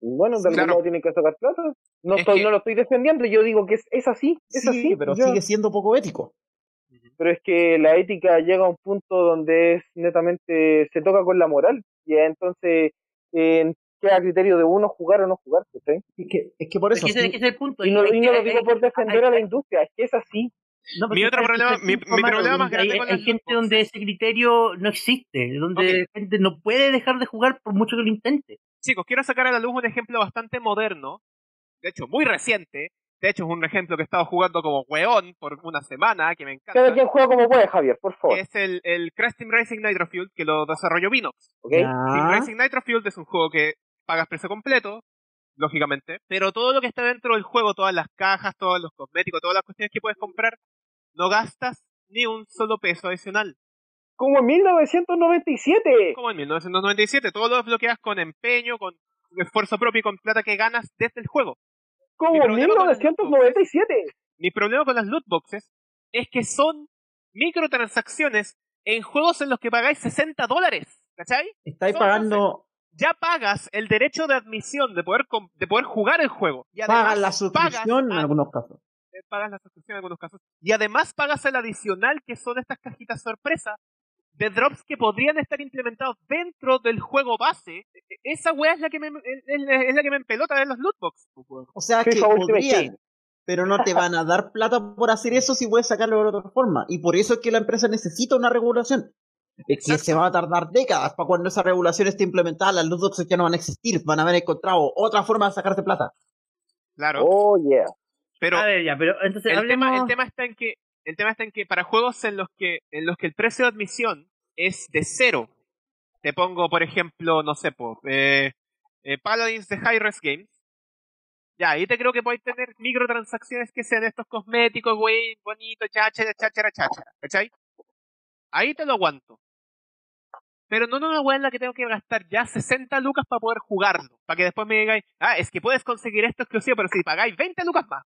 [SPEAKER 2] Bueno, de algún
[SPEAKER 3] Claro.
[SPEAKER 2] lado tienen que sacar plata. No,
[SPEAKER 3] Es
[SPEAKER 2] estoy-
[SPEAKER 3] que-
[SPEAKER 2] no lo estoy defendiendo, yo digo que es, es así, es
[SPEAKER 1] Sí,
[SPEAKER 2] así.
[SPEAKER 1] pero
[SPEAKER 2] yo-
[SPEAKER 1] sigue siendo poco ético.
[SPEAKER 2] pero es que la ética llega a un punto donde es netamente se toca con la moral y entonces eh, queda a criterio de uno jugar o no jugar ¿cachai?
[SPEAKER 1] Es que, es que por
[SPEAKER 4] Es
[SPEAKER 1] eso.
[SPEAKER 4] que ese,
[SPEAKER 1] sí.
[SPEAKER 4] es que ese es el punto.
[SPEAKER 2] y no,
[SPEAKER 4] Pues Hay-
[SPEAKER 2] y no lo
[SPEAKER 4] hay-
[SPEAKER 2] digo
[SPEAKER 4] hay-
[SPEAKER 2] por defender a la
[SPEAKER 4] hay-
[SPEAKER 2] industria es que es así
[SPEAKER 4] no, porque
[SPEAKER 3] Mi otro
[SPEAKER 4] ese es el
[SPEAKER 3] problema- mi-
[SPEAKER 4] punto,
[SPEAKER 3] mi
[SPEAKER 4] Amaro,
[SPEAKER 3] problema más
[SPEAKER 4] donde
[SPEAKER 3] grande
[SPEAKER 4] hay,
[SPEAKER 3] con
[SPEAKER 4] hay
[SPEAKER 3] las
[SPEAKER 4] gente
[SPEAKER 3] lootboxes.
[SPEAKER 4] donde ese criterio no existe, donde
[SPEAKER 3] Ok.
[SPEAKER 4] la gente no puede dejar de jugar por mucho que lo intente.
[SPEAKER 3] Chicos, quiero sacar a la luz un ejemplo bastante moderno, de hecho muy reciente, de hecho es un ejemplo que he estado jugando como weón por una semana, que me
[SPEAKER 2] cada
[SPEAKER 3] encanta,
[SPEAKER 2] quien juega como puede Javier por favor
[SPEAKER 3] es el, el Crash Team Racing Nitro Fuel, que lo desarrolló Vinox.
[SPEAKER 2] ¿ok?
[SPEAKER 3] Team
[SPEAKER 1] Ya.
[SPEAKER 3] Racing Nitro Fuel es un juego que pagas precio completo, lógicamente, pero todo lo que está dentro del juego, todas las cajas, todos los cosméticos, todas las cuestiones que puedes comprar, no gastas ni un solo peso adicional.
[SPEAKER 2] como en 1997
[SPEAKER 3] Como en 1997, todo lo desbloqueas con empeño, con esfuerzo propio y con plata que ganas desde el juego. mi
[SPEAKER 2] como en
[SPEAKER 3] problema con el
[SPEAKER 2] 1997
[SPEAKER 3] Mi problema con las loot boxes es que son microtransacciones en juegos en los que pagáis 60 dólares, ¿cachai?
[SPEAKER 1] Estáis
[SPEAKER 3] Son
[SPEAKER 1] pagando
[SPEAKER 3] ya pagas el derecho de admisión de poder com- de poder jugar el juego. Y además
[SPEAKER 1] pagan la
[SPEAKER 3] pagas
[SPEAKER 1] suscripción en
[SPEAKER 3] a-
[SPEAKER 1] algunos casos.
[SPEAKER 3] eh, pagas la suscripción en algunos casos. Y además pagas el adicional que son estas cajitas sorpresa de drops que podrían estar implementados dentro del juego base. E- Esa wea es la que me, es, es la que me empelota de los lootbox.
[SPEAKER 1] O sea Ah, que
[SPEAKER 2] FIFA Ultimate
[SPEAKER 1] podrían,
[SPEAKER 2] Team.
[SPEAKER 1] pero no te van a dar plata por hacer eso si puedes sacarlo de otra forma. Y por eso es que la empresa necesita una regulación. Es que
[SPEAKER 3] Exacto.
[SPEAKER 1] se va a tardar décadas para cuando esa regulación esté implementada, las loot boxes ya no van a existir, van a haber encontrado otra forma de sacarte plata.
[SPEAKER 3] Claro.
[SPEAKER 2] oh yeah
[SPEAKER 3] Pero
[SPEAKER 4] A ver, ya, pero entonces
[SPEAKER 3] el
[SPEAKER 4] hablemos...
[SPEAKER 3] tema, el tema está en que el tema está en que para juegos en los que en los que el precio de admisión es de cero te pongo, por ejemplo, no sé, po, eh, eh, Paladins de Hi-Res Games. Ya, ahí te creo que podéis tener microtransacciones que sean estos cosméticos, güey, bonito, cháchara, cháchara, cháchara, ¿cachai? Ahí te lo aguanto. Pero no en una weá en la que tengo que gastar ya 60 lucas para poder jugarlo. Para que después me digáis, ah, es que puedes conseguir esto exclusivo, pero si pagáis 20 lucas más.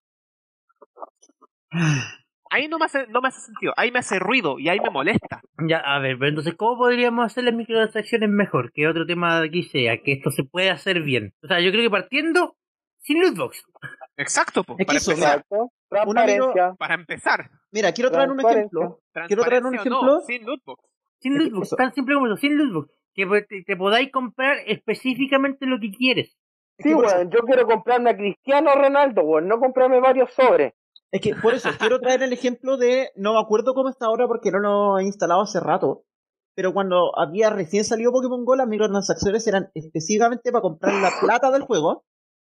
[SPEAKER 3] Ahí no me, hace, no me hace sentido, ahí me hace ruido y ahí me molesta.
[SPEAKER 4] Ya, a ver, pero entonces, ¿cómo podríamos hacer las microtransacciones mejor? Que otro tema de aquí sea, que esto se puede hacer bien. O sea, yo creo que partiendo sin lootbox.
[SPEAKER 3] Exacto, po,
[SPEAKER 1] Es que
[SPEAKER 3] para,
[SPEAKER 1] eso,
[SPEAKER 3] empezar,
[SPEAKER 2] Exacto.
[SPEAKER 1] Un amigo-
[SPEAKER 2] Transparencia.
[SPEAKER 3] para empezar.
[SPEAKER 1] Mira, quiero traer un
[SPEAKER 2] Transparencia.
[SPEAKER 1] ejemplo. Quiero traer un
[SPEAKER 3] Transparencia o
[SPEAKER 1] ejemplo.
[SPEAKER 3] No, sin lootbox.
[SPEAKER 4] Sin
[SPEAKER 1] Es que
[SPEAKER 4] lootbox,
[SPEAKER 1] eso-
[SPEAKER 4] tan simple como eso, sin lootbox. Que po- te, te podáis comprar específicamente lo que quieres.
[SPEAKER 1] Es
[SPEAKER 2] Sí,
[SPEAKER 1] que por eso-
[SPEAKER 2] weón, yo quiero comprarme a Cristiano Ronaldo, weón, no comprarme varios sobres.
[SPEAKER 1] Es que por eso quiero traer el ejemplo de, no me acuerdo cómo está ahora porque no lo he instalado hace rato, pero cuando había recién salido Pokémon Go, las microtransacciones eran específicamente para comprar la plata del juego,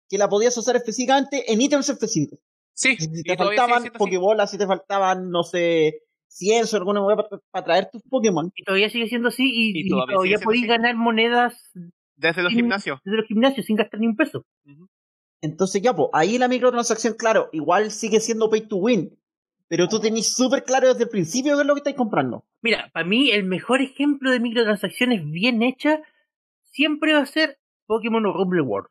[SPEAKER 1] que la podías usar específicamente en ítems específicos.
[SPEAKER 3] Sí,
[SPEAKER 1] Y Si
[SPEAKER 3] y
[SPEAKER 1] te
[SPEAKER 3] todavía
[SPEAKER 1] faltaban
[SPEAKER 3] sigue siendo así.
[SPEAKER 1] Pokébolas, si te faltaban, no sé, ciencias o alguna web para traer tus Pokémon.
[SPEAKER 4] Y todavía sigue siendo así y,
[SPEAKER 3] Y
[SPEAKER 4] y
[SPEAKER 3] todavía sigue
[SPEAKER 4] todavía,
[SPEAKER 3] siendo
[SPEAKER 4] podéis
[SPEAKER 3] así.
[SPEAKER 4] ganar monedas
[SPEAKER 3] Desde
[SPEAKER 1] Mm.
[SPEAKER 3] los
[SPEAKER 4] sin-
[SPEAKER 3] gimnasios.
[SPEAKER 4] de los gimnasios sin gastar ni un peso.
[SPEAKER 1] Entonces ya, pues, ahí la microtransacción, claro, igual sigue siendo pay to win, pero tú tenés súper claro desde el principio qué es lo que estáis comprando.
[SPEAKER 4] Mira, para mí el mejor ejemplo de microtransacciones bien hechas siempre va a ser Pokémon Rumble World.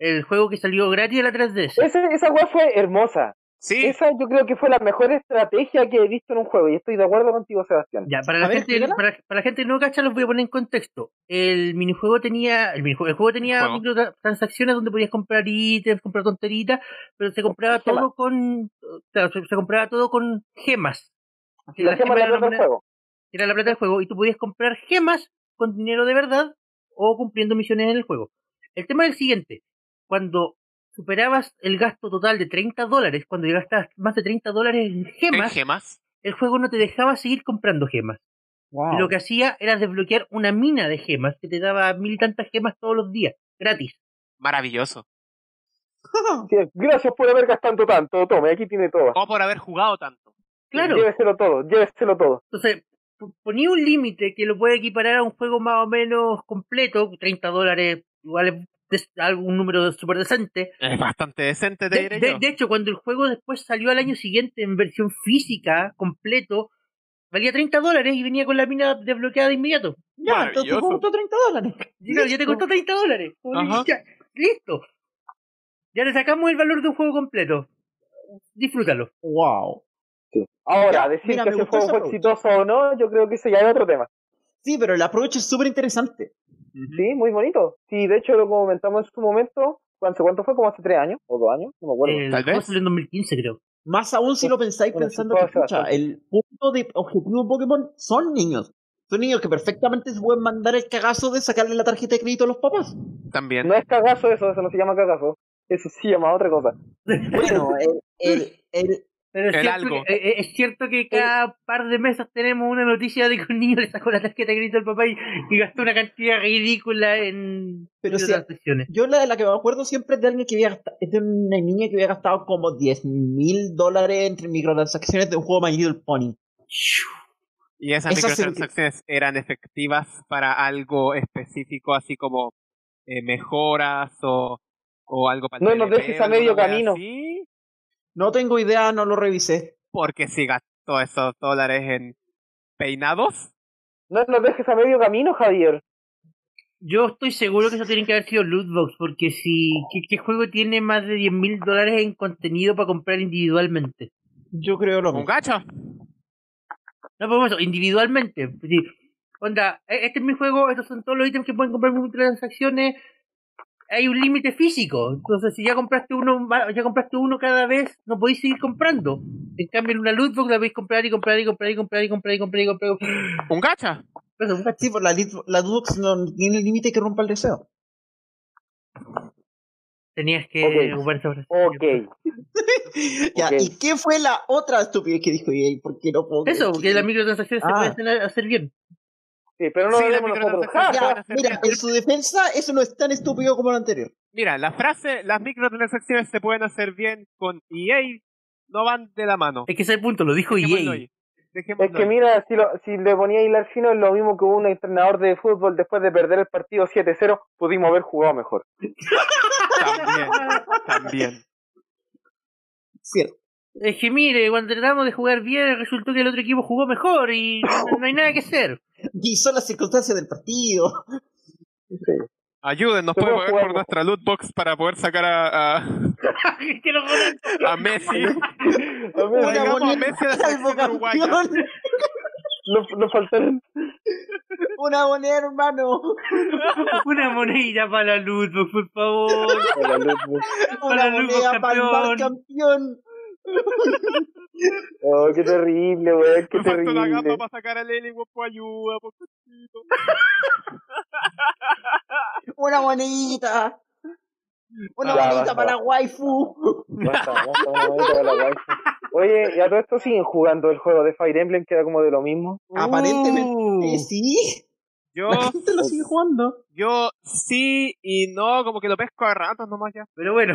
[SPEAKER 4] El juego que salió gratis de la 3DS.
[SPEAKER 2] Ese, esa weá fue hermosa.
[SPEAKER 3] Sí,
[SPEAKER 2] Esa yo creo que fue la mejor estrategia que he visto en un juego y estoy de acuerdo contigo, Sebastián.
[SPEAKER 4] Ya, para
[SPEAKER 1] A
[SPEAKER 4] la,
[SPEAKER 1] ver,
[SPEAKER 4] gente,
[SPEAKER 1] explícala.
[SPEAKER 4] para, para la gente que no cacha, los voy a poner en contexto. El minijuego tenía, el, minijuego, el juego tenía
[SPEAKER 3] Juego.
[SPEAKER 4] microtransacciones donde podías comprar ítems, comprar tonteritas, pero se compraba todo con, claro, se, se compraba todo con gemas. Que
[SPEAKER 2] la
[SPEAKER 4] las
[SPEAKER 2] gema
[SPEAKER 4] gemas
[SPEAKER 2] de la
[SPEAKER 4] eran
[SPEAKER 2] plata del
[SPEAKER 4] una-
[SPEAKER 2] juego.
[SPEAKER 4] era la plata del juego y tú podías comprar gemas con dinero de verdad o cumpliendo misiones en el juego. El tema es el siguiente, cuando superabas el gasto total de 30 dólares, cuando ya gastabas más de 30 dólares en
[SPEAKER 3] en
[SPEAKER 4] gemas,
[SPEAKER 3] gemas.
[SPEAKER 4] el juego no te dejaba seguir comprando gemas.
[SPEAKER 1] Wow.
[SPEAKER 4] Lo que hacía era desbloquear una mina de gemas que te daba mil y tantas gemas todos los días, gratis.
[SPEAKER 3] Maravilloso.
[SPEAKER 2] Sí, gracias por haber gastado tanto, tome, aquí tiene todo.
[SPEAKER 3] O por haber jugado tanto.
[SPEAKER 4] Claro,
[SPEAKER 2] Lléveselo todo, lléveselo todo.
[SPEAKER 4] entonces po- ponía un límite que lo puede equiparar a un juego más o menos completo, 30 dólares, igual es des- algún número súper decente,
[SPEAKER 3] Es bastante decente, te
[SPEAKER 4] De,
[SPEAKER 3] diré
[SPEAKER 4] de-
[SPEAKER 3] yo.
[SPEAKER 4] de hecho, cuando el juego después salió al año siguiente en versión física, completo, valía 30 dólares y venía con la mina desbloqueada de inmediato.
[SPEAKER 1] [laughs] Ya, entonces
[SPEAKER 3] Maravilloso.
[SPEAKER 1] costó 30 dólares.
[SPEAKER 4] Y claro, ya te costó 30 dólares. Como
[SPEAKER 3] Ajá.
[SPEAKER 4] ya, listo. Ya le sacamos el valor de un juego completo. Disfrútalo.
[SPEAKER 1] Wow.
[SPEAKER 2] Ahora,
[SPEAKER 1] Ya,
[SPEAKER 2] decir
[SPEAKER 1] mira,
[SPEAKER 2] que
[SPEAKER 1] me
[SPEAKER 2] ese
[SPEAKER 1] gustó
[SPEAKER 2] juego
[SPEAKER 1] ese
[SPEAKER 2] fue
[SPEAKER 1] approach.
[SPEAKER 2] exitoso o no, yo creo que ese ya es otro tema.
[SPEAKER 1] Sí, pero el approach es súper interesante.
[SPEAKER 2] Sí, muy bonito. Sí, de hecho lo comentamos en su momento, ¿cuánto, cuánto fue? ¿Como hace tres años o dos años? No me acuerdo.
[SPEAKER 4] el
[SPEAKER 3] tal
[SPEAKER 4] juego
[SPEAKER 3] vez.
[SPEAKER 4] salió en 2015, creo.
[SPEAKER 1] Más aún si lo pensáis
[SPEAKER 2] Bueno, sí,
[SPEAKER 1] pensando
[SPEAKER 2] puede
[SPEAKER 1] que,
[SPEAKER 2] ser,
[SPEAKER 1] pucha,
[SPEAKER 2] sí.
[SPEAKER 1] el punto de objetivo de Pokémon son niños. Son niños que perfectamente se pueden mandar el cagazo de sacarle la tarjeta de crédito a los papás.
[SPEAKER 3] También.
[SPEAKER 2] No es cagazo eso, eso no se llama cagazo. Eso sí llama otra cosa.
[SPEAKER 1] [laughs] Bueno,
[SPEAKER 2] eh,
[SPEAKER 1] el, el, el-
[SPEAKER 4] Pero es,
[SPEAKER 3] El
[SPEAKER 4] cierto
[SPEAKER 3] algo.
[SPEAKER 4] Que, eh, eh, es cierto que cada par de meses tenemos una noticia de que un niño le sacó la tarjeta de crédito al papá y, y gastó una cantidad ridícula en
[SPEAKER 1] Pero si-
[SPEAKER 4] transacciones.
[SPEAKER 1] yo la, la que me acuerdo siempre es de alguien que había gastado, es de una niña que había gastado como 10 mil dólares entre microtransacciones de un juego My Little Pony.
[SPEAKER 3] Y esas
[SPEAKER 1] Esas se-
[SPEAKER 3] microtransacciones eran efectivas para algo específico, así como eh, mejoras o, o algo para el
[SPEAKER 2] No nos
[SPEAKER 3] TLP,
[SPEAKER 2] dejes a
[SPEAKER 3] alguna
[SPEAKER 2] medio
[SPEAKER 3] wea
[SPEAKER 2] camino.
[SPEAKER 3] así,
[SPEAKER 1] No tengo idea, no lo revisé.
[SPEAKER 3] porque si gastó esos dólares en peinados,
[SPEAKER 2] [laughs] No nos dejes a medio camino, Javier.
[SPEAKER 4] Yo estoy seguro que eso tiene que haber sido Lootbox, porque si. ¿Qué, qué juego tiene más de 10 mil dólares en contenido para comprar individualmente?
[SPEAKER 1] Yo creo lo
[SPEAKER 3] un
[SPEAKER 1] mismo.
[SPEAKER 3] gacho.
[SPEAKER 4] No, pero eso, individualmente. Sí. Onda, e- este es mi juego, estos son todos los ítems que pueden comprar en transacciones. Hay un límite físico, entonces si ya compraste uno va- ya compraste uno cada vez, no podéis seguir comprando. En cambio, en una lootbox la podéis comprar y comprar y comprar y comprar y comprar y comprar y comprar. Y comprar.
[SPEAKER 3] Un gacha.
[SPEAKER 4] Eso, un
[SPEAKER 1] Sí, pues la, lit- la Dudux no tiene límite que rompa el deseo.
[SPEAKER 4] Tenías que
[SPEAKER 2] Ok.
[SPEAKER 4] ocupar esa frase.
[SPEAKER 2] Ok.
[SPEAKER 1] Ya,
[SPEAKER 2] Ok.
[SPEAKER 1] ¿y qué fue la otra estupidez que dijo EA? Porque no puedo creer
[SPEAKER 4] Eso, porque las microtransacciones
[SPEAKER 1] Ah.
[SPEAKER 4] se pueden hacer- hacer bien.
[SPEAKER 2] Sí, pero no
[SPEAKER 3] Sí,
[SPEAKER 2] lo
[SPEAKER 3] las
[SPEAKER 2] haremos nosotros.
[SPEAKER 3] microtransacciones
[SPEAKER 2] Ja,
[SPEAKER 3] van
[SPEAKER 1] Ya,
[SPEAKER 3] a ser
[SPEAKER 1] mira,
[SPEAKER 3] bien.
[SPEAKER 1] en su defensa, eso no es tan estúpido como lo anterior.
[SPEAKER 3] Mira, la frase, las microtransacciones se pueden hacer bien con EA, E no van de la mano.
[SPEAKER 4] Es que ese es el punto, lo dijo
[SPEAKER 3] Dejémoslo
[SPEAKER 4] EA.
[SPEAKER 3] ahí.
[SPEAKER 2] E Es
[SPEAKER 3] Dejémoslo
[SPEAKER 2] que
[SPEAKER 3] ahí.
[SPEAKER 2] mira, si, lo- si le ponía a hilar fino, es lo mismo que un entrenador de fútbol después de perder el partido 7-0, pudimos haber jugado
[SPEAKER 3] [laughs]
[SPEAKER 2] mejor.
[SPEAKER 3] También, también.
[SPEAKER 1] Cierto.
[SPEAKER 4] Es que mire, cuando tratamos de jugar bien, resultó que el otro equipo jugó mejor y no, no hay nada que hacer. [laughs]
[SPEAKER 1] Y son las circunstancias del partido.
[SPEAKER 3] Ayúdennos,
[SPEAKER 2] Yo
[SPEAKER 3] pueden
[SPEAKER 2] puedo
[SPEAKER 3] pagar por
[SPEAKER 2] jugar-
[SPEAKER 3] nuestra loot box para poder sacar a, a,
[SPEAKER 4] Que no jodan.
[SPEAKER 2] [laughs]
[SPEAKER 3] a Messi.
[SPEAKER 2] Nos
[SPEAKER 3] Traigamos a
[SPEAKER 1] bonita
[SPEAKER 3] Messi a la selección uruguaya.
[SPEAKER 1] salvocación.
[SPEAKER 2] faltaron
[SPEAKER 1] Una moneda, hermano.
[SPEAKER 4] Una moneda para la luz, por favor.
[SPEAKER 2] la luz.
[SPEAKER 1] Una
[SPEAKER 4] Para el Lugo
[SPEAKER 1] moneda para el bar campeón.
[SPEAKER 2] Oh, qué terrible, weón, qué
[SPEAKER 3] Me faltó la
[SPEAKER 2] terrible.
[SPEAKER 3] gamba para sacar a Lely, weón, pues ayuda, pues cachito.
[SPEAKER 1] Una monedita. Una
[SPEAKER 3] Ah,
[SPEAKER 1] monedita
[SPEAKER 2] basta.
[SPEAKER 1] para la waifu.
[SPEAKER 2] Basta, basta, una manita para la guacha. Oye, y a todo esto siguen jugando el juego de Fire Emblem, que era como de lo mismo.
[SPEAKER 1] Aparentemente,
[SPEAKER 4] Uh,
[SPEAKER 1] Eh, sí.
[SPEAKER 2] Oh.
[SPEAKER 3] Yo,
[SPEAKER 1] [laughs] La gente lo sigue jugando.
[SPEAKER 3] yo sí y no, como que lo pesco a ratos nomás ya.
[SPEAKER 4] Pero bueno.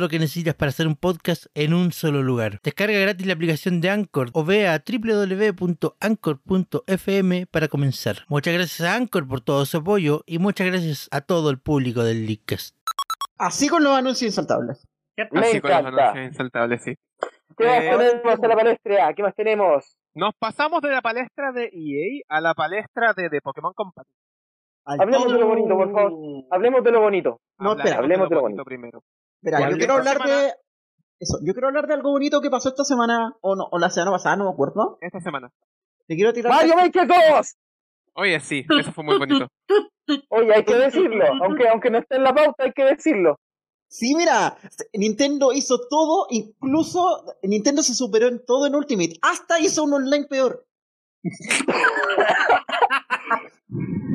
[SPEAKER 5] lo que necesitas para hacer un podcast en un solo lugar. Descarga gratis la aplicación de Anchor o ve a www.anchor.fm para comenzar. Muchas gracias a Anchor por todo su apoyo y muchas gracias a todo el público del Leadcast.
[SPEAKER 1] Así con los anuncios insaltables.
[SPEAKER 4] ¿cierto?
[SPEAKER 2] Me
[SPEAKER 3] Así Ah, con los
[SPEAKER 2] encanta.
[SPEAKER 3] anuncios insaltables, sí.
[SPEAKER 2] ¿Qué más
[SPEAKER 3] Eh,
[SPEAKER 2] tenemos a la palestra? ¿Qué más tenemos?
[SPEAKER 3] Nos pasamos de la palestra de EA a la palestra de, de Pokémon Company.
[SPEAKER 1] Al
[SPEAKER 2] Hablemos de lo
[SPEAKER 1] todo.
[SPEAKER 2] bonito, por favor. Hablemos de lo bonito.
[SPEAKER 1] No, espera,
[SPEAKER 2] hablemos de lo bonito.
[SPEAKER 3] primero.
[SPEAKER 1] Espera,
[SPEAKER 2] Igual
[SPEAKER 1] yo
[SPEAKER 2] que
[SPEAKER 1] quiero
[SPEAKER 3] esta
[SPEAKER 1] hablar de. Eso, yo quiero hablar de algo bonito que pasó esta semana, o no, o la semana pasada, no me acuerdo.
[SPEAKER 3] Esta semana.
[SPEAKER 1] Te quiero tirar.
[SPEAKER 2] ¡Mario Maker 2!
[SPEAKER 3] Oye, sí, eso fue muy bonito.
[SPEAKER 2] Oye, hay que decirlo. Aunque, aunque no esté en la pauta, hay que decirlo.
[SPEAKER 1] Sí, mira, Nintendo hizo todo, incluso Nintendo se superó en todo en Ultimate, hasta hizo un online peor. [laughs]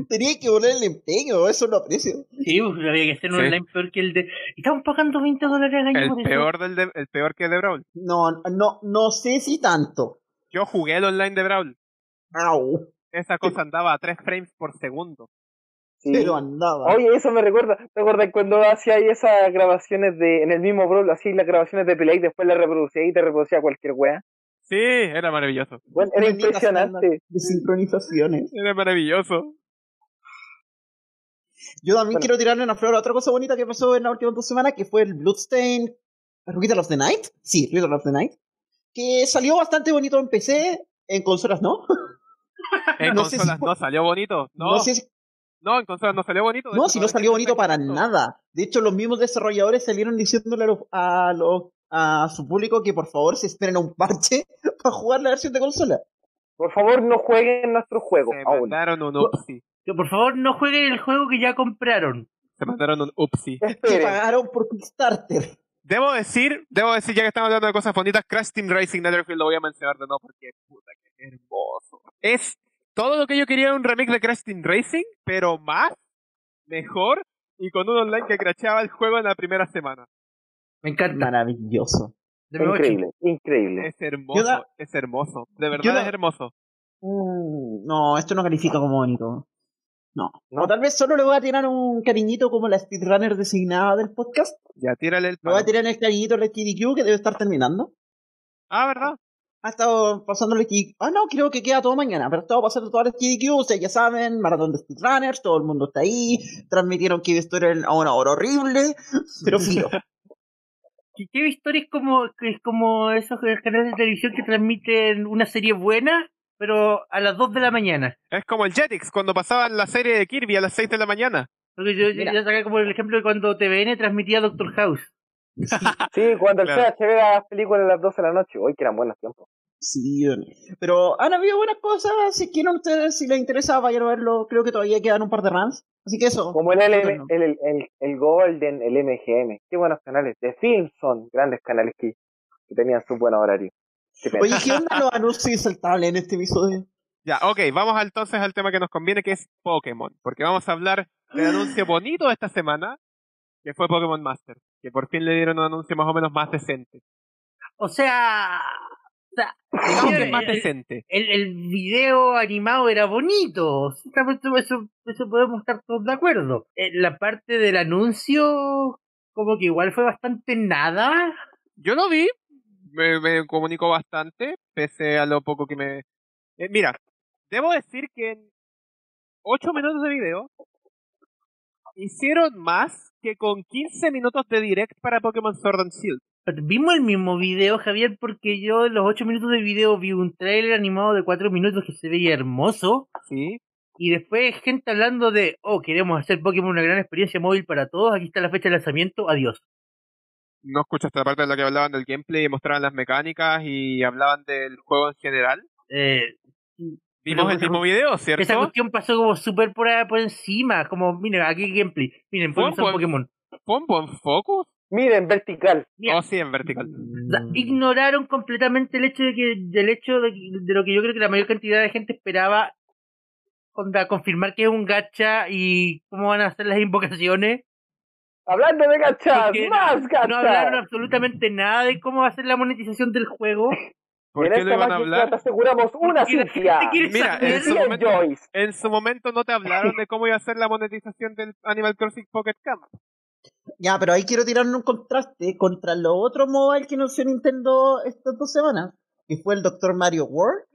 [SPEAKER 1] Tenía que volver el empeño, eso lo aprecio.
[SPEAKER 4] Sí, pues, había que hacer un
[SPEAKER 3] Sí.
[SPEAKER 4] online peor que el de. Estaban pagando 20 dólares al año
[SPEAKER 3] El
[SPEAKER 4] por eso.
[SPEAKER 3] peor, del de- el peor que el de Brawl.
[SPEAKER 1] No, no, no sé si tanto.
[SPEAKER 3] Yo jugué el online de Brawl.
[SPEAKER 1] Au,
[SPEAKER 3] Esa cosa andaba a 3 frames por segundo.
[SPEAKER 2] Sí.
[SPEAKER 1] pero andaba.
[SPEAKER 2] Oye, eso me recuerda. ¿Te acuerdas cuando hacía ahí esas grabaciones de. En el mismo Brawl, hacía las grabaciones de pelea y después las reproducía y te reproducía cualquier wea?
[SPEAKER 3] Sí, era maravilloso.
[SPEAKER 2] Bueno, era
[SPEAKER 1] Bendita
[SPEAKER 2] impresionante.
[SPEAKER 1] De sincronizaciones.
[SPEAKER 3] Era maravilloso.
[SPEAKER 1] Yo también
[SPEAKER 2] Bueno.
[SPEAKER 1] quiero tirarle una flor a otra cosa bonita que pasó en las últimas dos semanas, que fue el Bloodstain Ritual of the Night. Sí, Ritual of the Night. Que salió bastante bonito en PC, en consolas no.
[SPEAKER 3] En
[SPEAKER 1] No sé si
[SPEAKER 3] consolas
[SPEAKER 1] fue-
[SPEAKER 3] no salió bonito. No,
[SPEAKER 1] No, sé si-
[SPEAKER 3] no, en consolas no salió bonito. [laughs]
[SPEAKER 1] no, si no salió bonito para
[SPEAKER 3] Exacto.
[SPEAKER 1] nada. De hecho, los mismos desarrolladores salieron diciéndole a, los- a, los- a su público que por favor se esperen a un parche [laughs] para jugar la versión de consola.
[SPEAKER 2] Por favor, no jueguen nuestro juego.
[SPEAKER 3] Se
[SPEAKER 2] aún.
[SPEAKER 3] mandaron un upsi.
[SPEAKER 4] Que por favor no jueguen el juego que ya compraron.
[SPEAKER 3] Se mandaron un upsi.
[SPEAKER 1] Que
[SPEAKER 2] Esperen.
[SPEAKER 1] pagaron por Kickstarter.
[SPEAKER 3] Debo decir, debo decir, ya que estamos hablando de cosas bonitas, Crash Team Racing Netherfield lo voy a mencionar de nuevo porque puta que hermoso. Es todo lo que yo quería en un remake de Crash Team Racing, pero más, mejor y con un online que crachaba el juego en la primera semana.
[SPEAKER 4] Me encanta.
[SPEAKER 1] Maravilloso.
[SPEAKER 4] De nuevo,
[SPEAKER 2] Increíble, increíble.
[SPEAKER 3] Es hermoso,
[SPEAKER 1] Yo da-
[SPEAKER 3] es hermoso, de
[SPEAKER 1] Yo
[SPEAKER 3] verdad
[SPEAKER 1] da-
[SPEAKER 3] es hermoso.
[SPEAKER 1] Mm, no, esto no califica como bonito. No. O tal vez solo le voy a tirar un cariñito como la speedrunner designada del podcast.
[SPEAKER 3] Ya tírale el
[SPEAKER 1] Le voy a
[SPEAKER 3] palo.
[SPEAKER 1] tirar el cariñito al TDQ que debe estar terminando.
[SPEAKER 3] Ah, ¿verdad?
[SPEAKER 1] Ha estado pasando el TDQ. Ah, no, creo que queda todo mañana, pero ha estado pasando todo el TDQ. Ustedes ya saben, maratón de speedrunners, todo el mundo está ahí. Transmitieron que Story a una hora horrible, pero filo.
[SPEAKER 4] ¿Qué, qué historia es como, que es como esos canales de televisión que transmiten una serie buena, pero a las 2 de la mañana?
[SPEAKER 3] Es como el Jetix cuando pasaban la serie de Kirby a las 6 de la mañana.
[SPEAKER 4] Porque yo, yo
[SPEAKER 1] Mira.
[SPEAKER 4] yo saqué como el ejemplo de cuando TVN transmitía Doctor House.
[SPEAKER 2] Sí, cuando el
[SPEAKER 3] Claro.
[SPEAKER 2] CHV ve las películas a las 12 de la noche. Hoy que eran buenos tiempos.
[SPEAKER 1] Sí, bueno. pero han habido buenas cosas. Si quieren ustedes, si les interesa, vayan a verlo. Creo que todavía quedan un par de runs. Así que eso.
[SPEAKER 2] Como el, LM,
[SPEAKER 1] Bueno.
[SPEAKER 2] el, el, el, el Golden, el MGM. Qué buenos canales. De film son grandes canales que, que tenían sus buenos horarios. Qué pena.
[SPEAKER 1] Oye, ¿qué onda los anuncios insaltables en este episodio?
[SPEAKER 3] Ya, ok, vamos entonces al tema que nos conviene, que es Pokémon. Porque vamos a hablar del anuncio bonito de esta semana, que fue Pokémon Master. Que por fin le dieron un anuncio más o menos más decente.
[SPEAKER 4] O sea, o sea,
[SPEAKER 3] Digamos que
[SPEAKER 4] señores,
[SPEAKER 3] más
[SPEAKER 4] el,
[SPEAKER 3] decente.
[SPEAKER 4] el- el video animado era bonito. Eso, eso, eso podemos estar todos de acuerdo. Eh, La parte del anuncio, como que igual fue bastante nada.
[SPEAKER 3] Yo lo vi, me, me comunicó bastante, pese a lo poco que me... Eh, mira, debo decir que en 8 minutos de video hicieron más que con 15 minutos de direct para Pokémon Sword and Shield.
[SPEAKER 4] Pero Vimos el mismo video, Javier, porque yo en los ocho minutos de video vi un trailer animado de cuatro minutos que se veía hermoso.
[SPEAKER 3] Sí,
[SPEAKER 4] Y después gente hablando de, oh, queremos hacer Pokémon una gran experiencia móvil para todos. Aquí está la fecha de lanzamiento. Adiós.
[SPEAKER 3] no escuchaste la parte en la que hablaban del gameplay y mostraban las mecánicas y hablaban del juego en general.
[SPEAKER 4] Eh,
[SPEAKER 3] Vimos el mismo video,
[SPEAKER 4] esa
[SPEAKER 3] ¿cierto?
[SPEAKER 4] cuestión pasó como súper por, ahí- por encima. Como, miren, aquí hay gameplay. Miren,
[SPEAKER 3] Fue un
[SPEAKER 4] pueden usar
[SPEAKER 3] buen-
[SPEAKER 4] Pokémon.
[SPEAKER 3] ¿Pon Bon Focus?
[SPEAKER 2] Miren, vertical.
[SPEAKER 4] Mira.
[SPEAKER 3] Oh, sí, en vertical.
[SPEAKER 4] O sea, ignoraron completamente el hecho de que del hecho de, de lo que yo creo que la mayor cantidad de gente esperaba onda confirmar que es un gacha y cómo van a hacer las invocaciones
[SPEAKER 2] Hablando de gachas,
[SPEAKER 4] Porque
[SPEAKER 2] más gachas.
[SPEAKER 4] no hablaron absolutamente nada de cómo va a ser la monetización del juego
[SPEAKER 3] ¿Por
[SPEAKER 2] en
[SPEAKER 3] qué
[SPEAKER 2] esta
[SPEAKER 3] lo iban a
[SPEAKER 2] Magic
[SPEAKER 3] hablar?
[SPEAKER 2] Plata aseguramos una
[SPEAKER 4] Porque la
[SPEAKER 2] cifra.
[SPEAKER 4] gente este quiere
[SPEAKER 3] Mira,
[SPEAKER 4] saber-
[SPEAKER 3] en su
[SPEAKER 2] Bien,
[SPEAKER 3] momento-
[SPEAKER 2] Joyce.
[SPEAKER 3] En su momento no te hablaron de cómo iba a ser la monetización del Animal Crossing Pocket Camp.
[SPEAKER 1] Ya, pero ahí quiero tirar un contraste contra lo otro mobile que anunció Nintendo estas dos semanas, que fue el Dr. Mario World.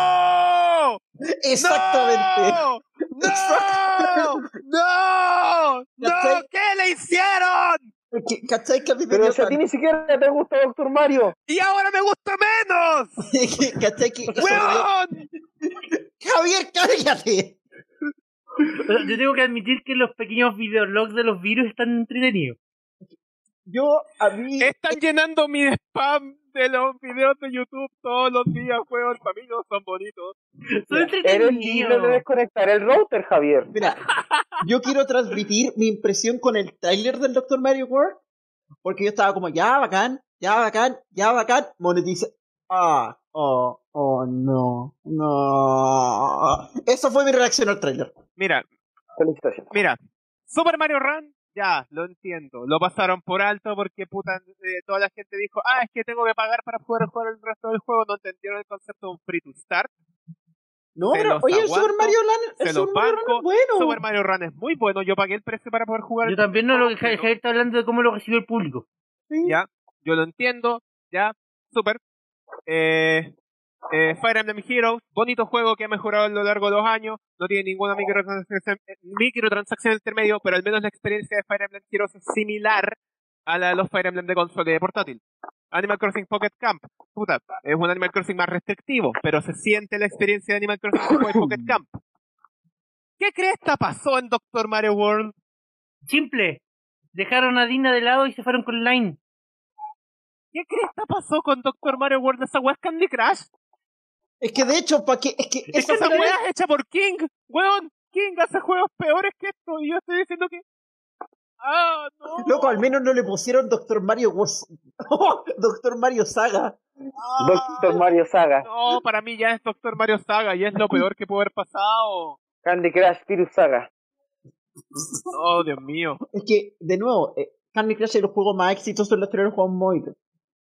[SPEAKER 3] ¡No!
[SPEAKER 1] Exactamente.
[SPEAKER 3] ¡No! ¡No!
[SPEAKER 1] Exactamente.
[SPEAKER 3] ¡No! ¡No!
[SPEAKER 1] ¿Cachai?
[SPEAKER 3] ¿Qué le hicieron?
[SPEAKER 1] Porque, ¿Cachai que a mí me
[SPEAKER 2] Pero
[SPEAKER 1] dio
[SPEAKER 2] si a ti ni siquiera te gusta Doctor Mario.
[SPEAKER 3] ¡Y ahora me gusta menos!
[SPEAKER 1] tan- [laughs] ¿Cachai que eso-
[SPEAKER 3] ¡Huevón!
[SPEAKER 1] Javier, cállate.
[SPEAKER 4] O sea, yo tengo que admitir que los pequeños videologs de los virus están entretenidos
[SPEAKER 1] Yo, a mí...
[SPEAKER 3] [laughs] Están llenando mi spam de los videos de YouTube todos los días, huevón. Para mí no son bonitos.
[SPEAKER 4] son
[SPEAKER 2] Eres libre de
[SPEAKER 4] entretenidos
[SPEAKER 2] desconectar el router, Javier.
[SPEAKER 1] Mira, yo quiero transmitir mi impresión con el tráiler del Dr. Mario World, porque yo estaba como, ya bacán, ya bacán, ya bacán, monetiza. Ah, oh, oh, no, no. Esa fue mi reacción al tráiler.
[SPEAKER 3] Mira,
[SPEAKER 2] Felicitaciones.
[SPEAKER 3] mira. Super Mario Run, ya, lo entiendo. Lo pasaron por alto porque puta, eh, toda la gente dijo, ah, es que tengo que pagar para poder jugar el resto del juego. No entendieron el concepto de un free to start.
[SPEAKER 1] No,
[SPEAKER 3] Se
[SPEAKER 1] pero
[SPEAKER 3] los
[SPEAKER 1] oye, el
[SPEAKER 3] aguanto,
[SPEAKER 1] Super Mario Land, el
[SPEAKER 3] se los
[SPEAKER 1] Super Mario
[SPEAKER 3] banco,
[SPEAKER 1] Land es bueno.
[SPEAKER 3] Super Mario Run es muy bueno. Yo pagué el precio para poder jugar.
[SPEAKER 4] yo también no lo que Javier está hablando de cómo lo recibió el público
[SPEAKER 1] Sí.
[SPEAKER 3] Ya, yo lo entiendo. Ya, super. Eh, eh, Fire Emblem Heroes, bonito juego que ha mejorado a lo largo de los años. No tiene ninguna microtransacción, eh, microtransacción intermedio, pero al menos la experiencia de Fire Emblem Heroes es similar a la de los Fire Emblem de consola y de portátil. Animal Crossing Pocket Camp, puta, es un Animal Crossing más restrictivo, pero se siente la experiencia de Animal Crossing como el Pocket Camp. ¿Qué crees que pasó en Doctor Mario World?
[SPEAKER 4] simple dejaron a Dina de lado y se fueron con Line
[SPEAKER 3] ¿Qué crees que pasó con Doctor Mario World? Esa web Candy Crush.
[SPEAKER 1] Es que de hecho, pa' que, es que
[SPEAKER 3] Es que
[SPEAKER 1] esa
[SPEAKER 3] esa
[SPEAKER 1] fue la-
[SPEAKER 3] weá es hecha por King. Weón, King hace juegos peores que esto y yo estoy diciendo que... Ah, no.
[SPEAKER 1] Loco, al menos no le pusieron Doctor Mario Wars- [laughs] oh, Doctor Mario Saga.
[SPEAKER 3] Ah,
[SPEAKER 2] Doctor Mario Saga,
[SPEAKER 3] No, para mí ya es Doctor Mario Saga y es lo peor que puede haber pasado.
[SPEAKER 2] Candy Crush, Virus Saga.
[SPEAKER 3] Oh, Dios mío.
[SPEAKER 1] Es que, de nuevo, eh, Candy Crush es el juego más exitoso en la historia del juego móvil.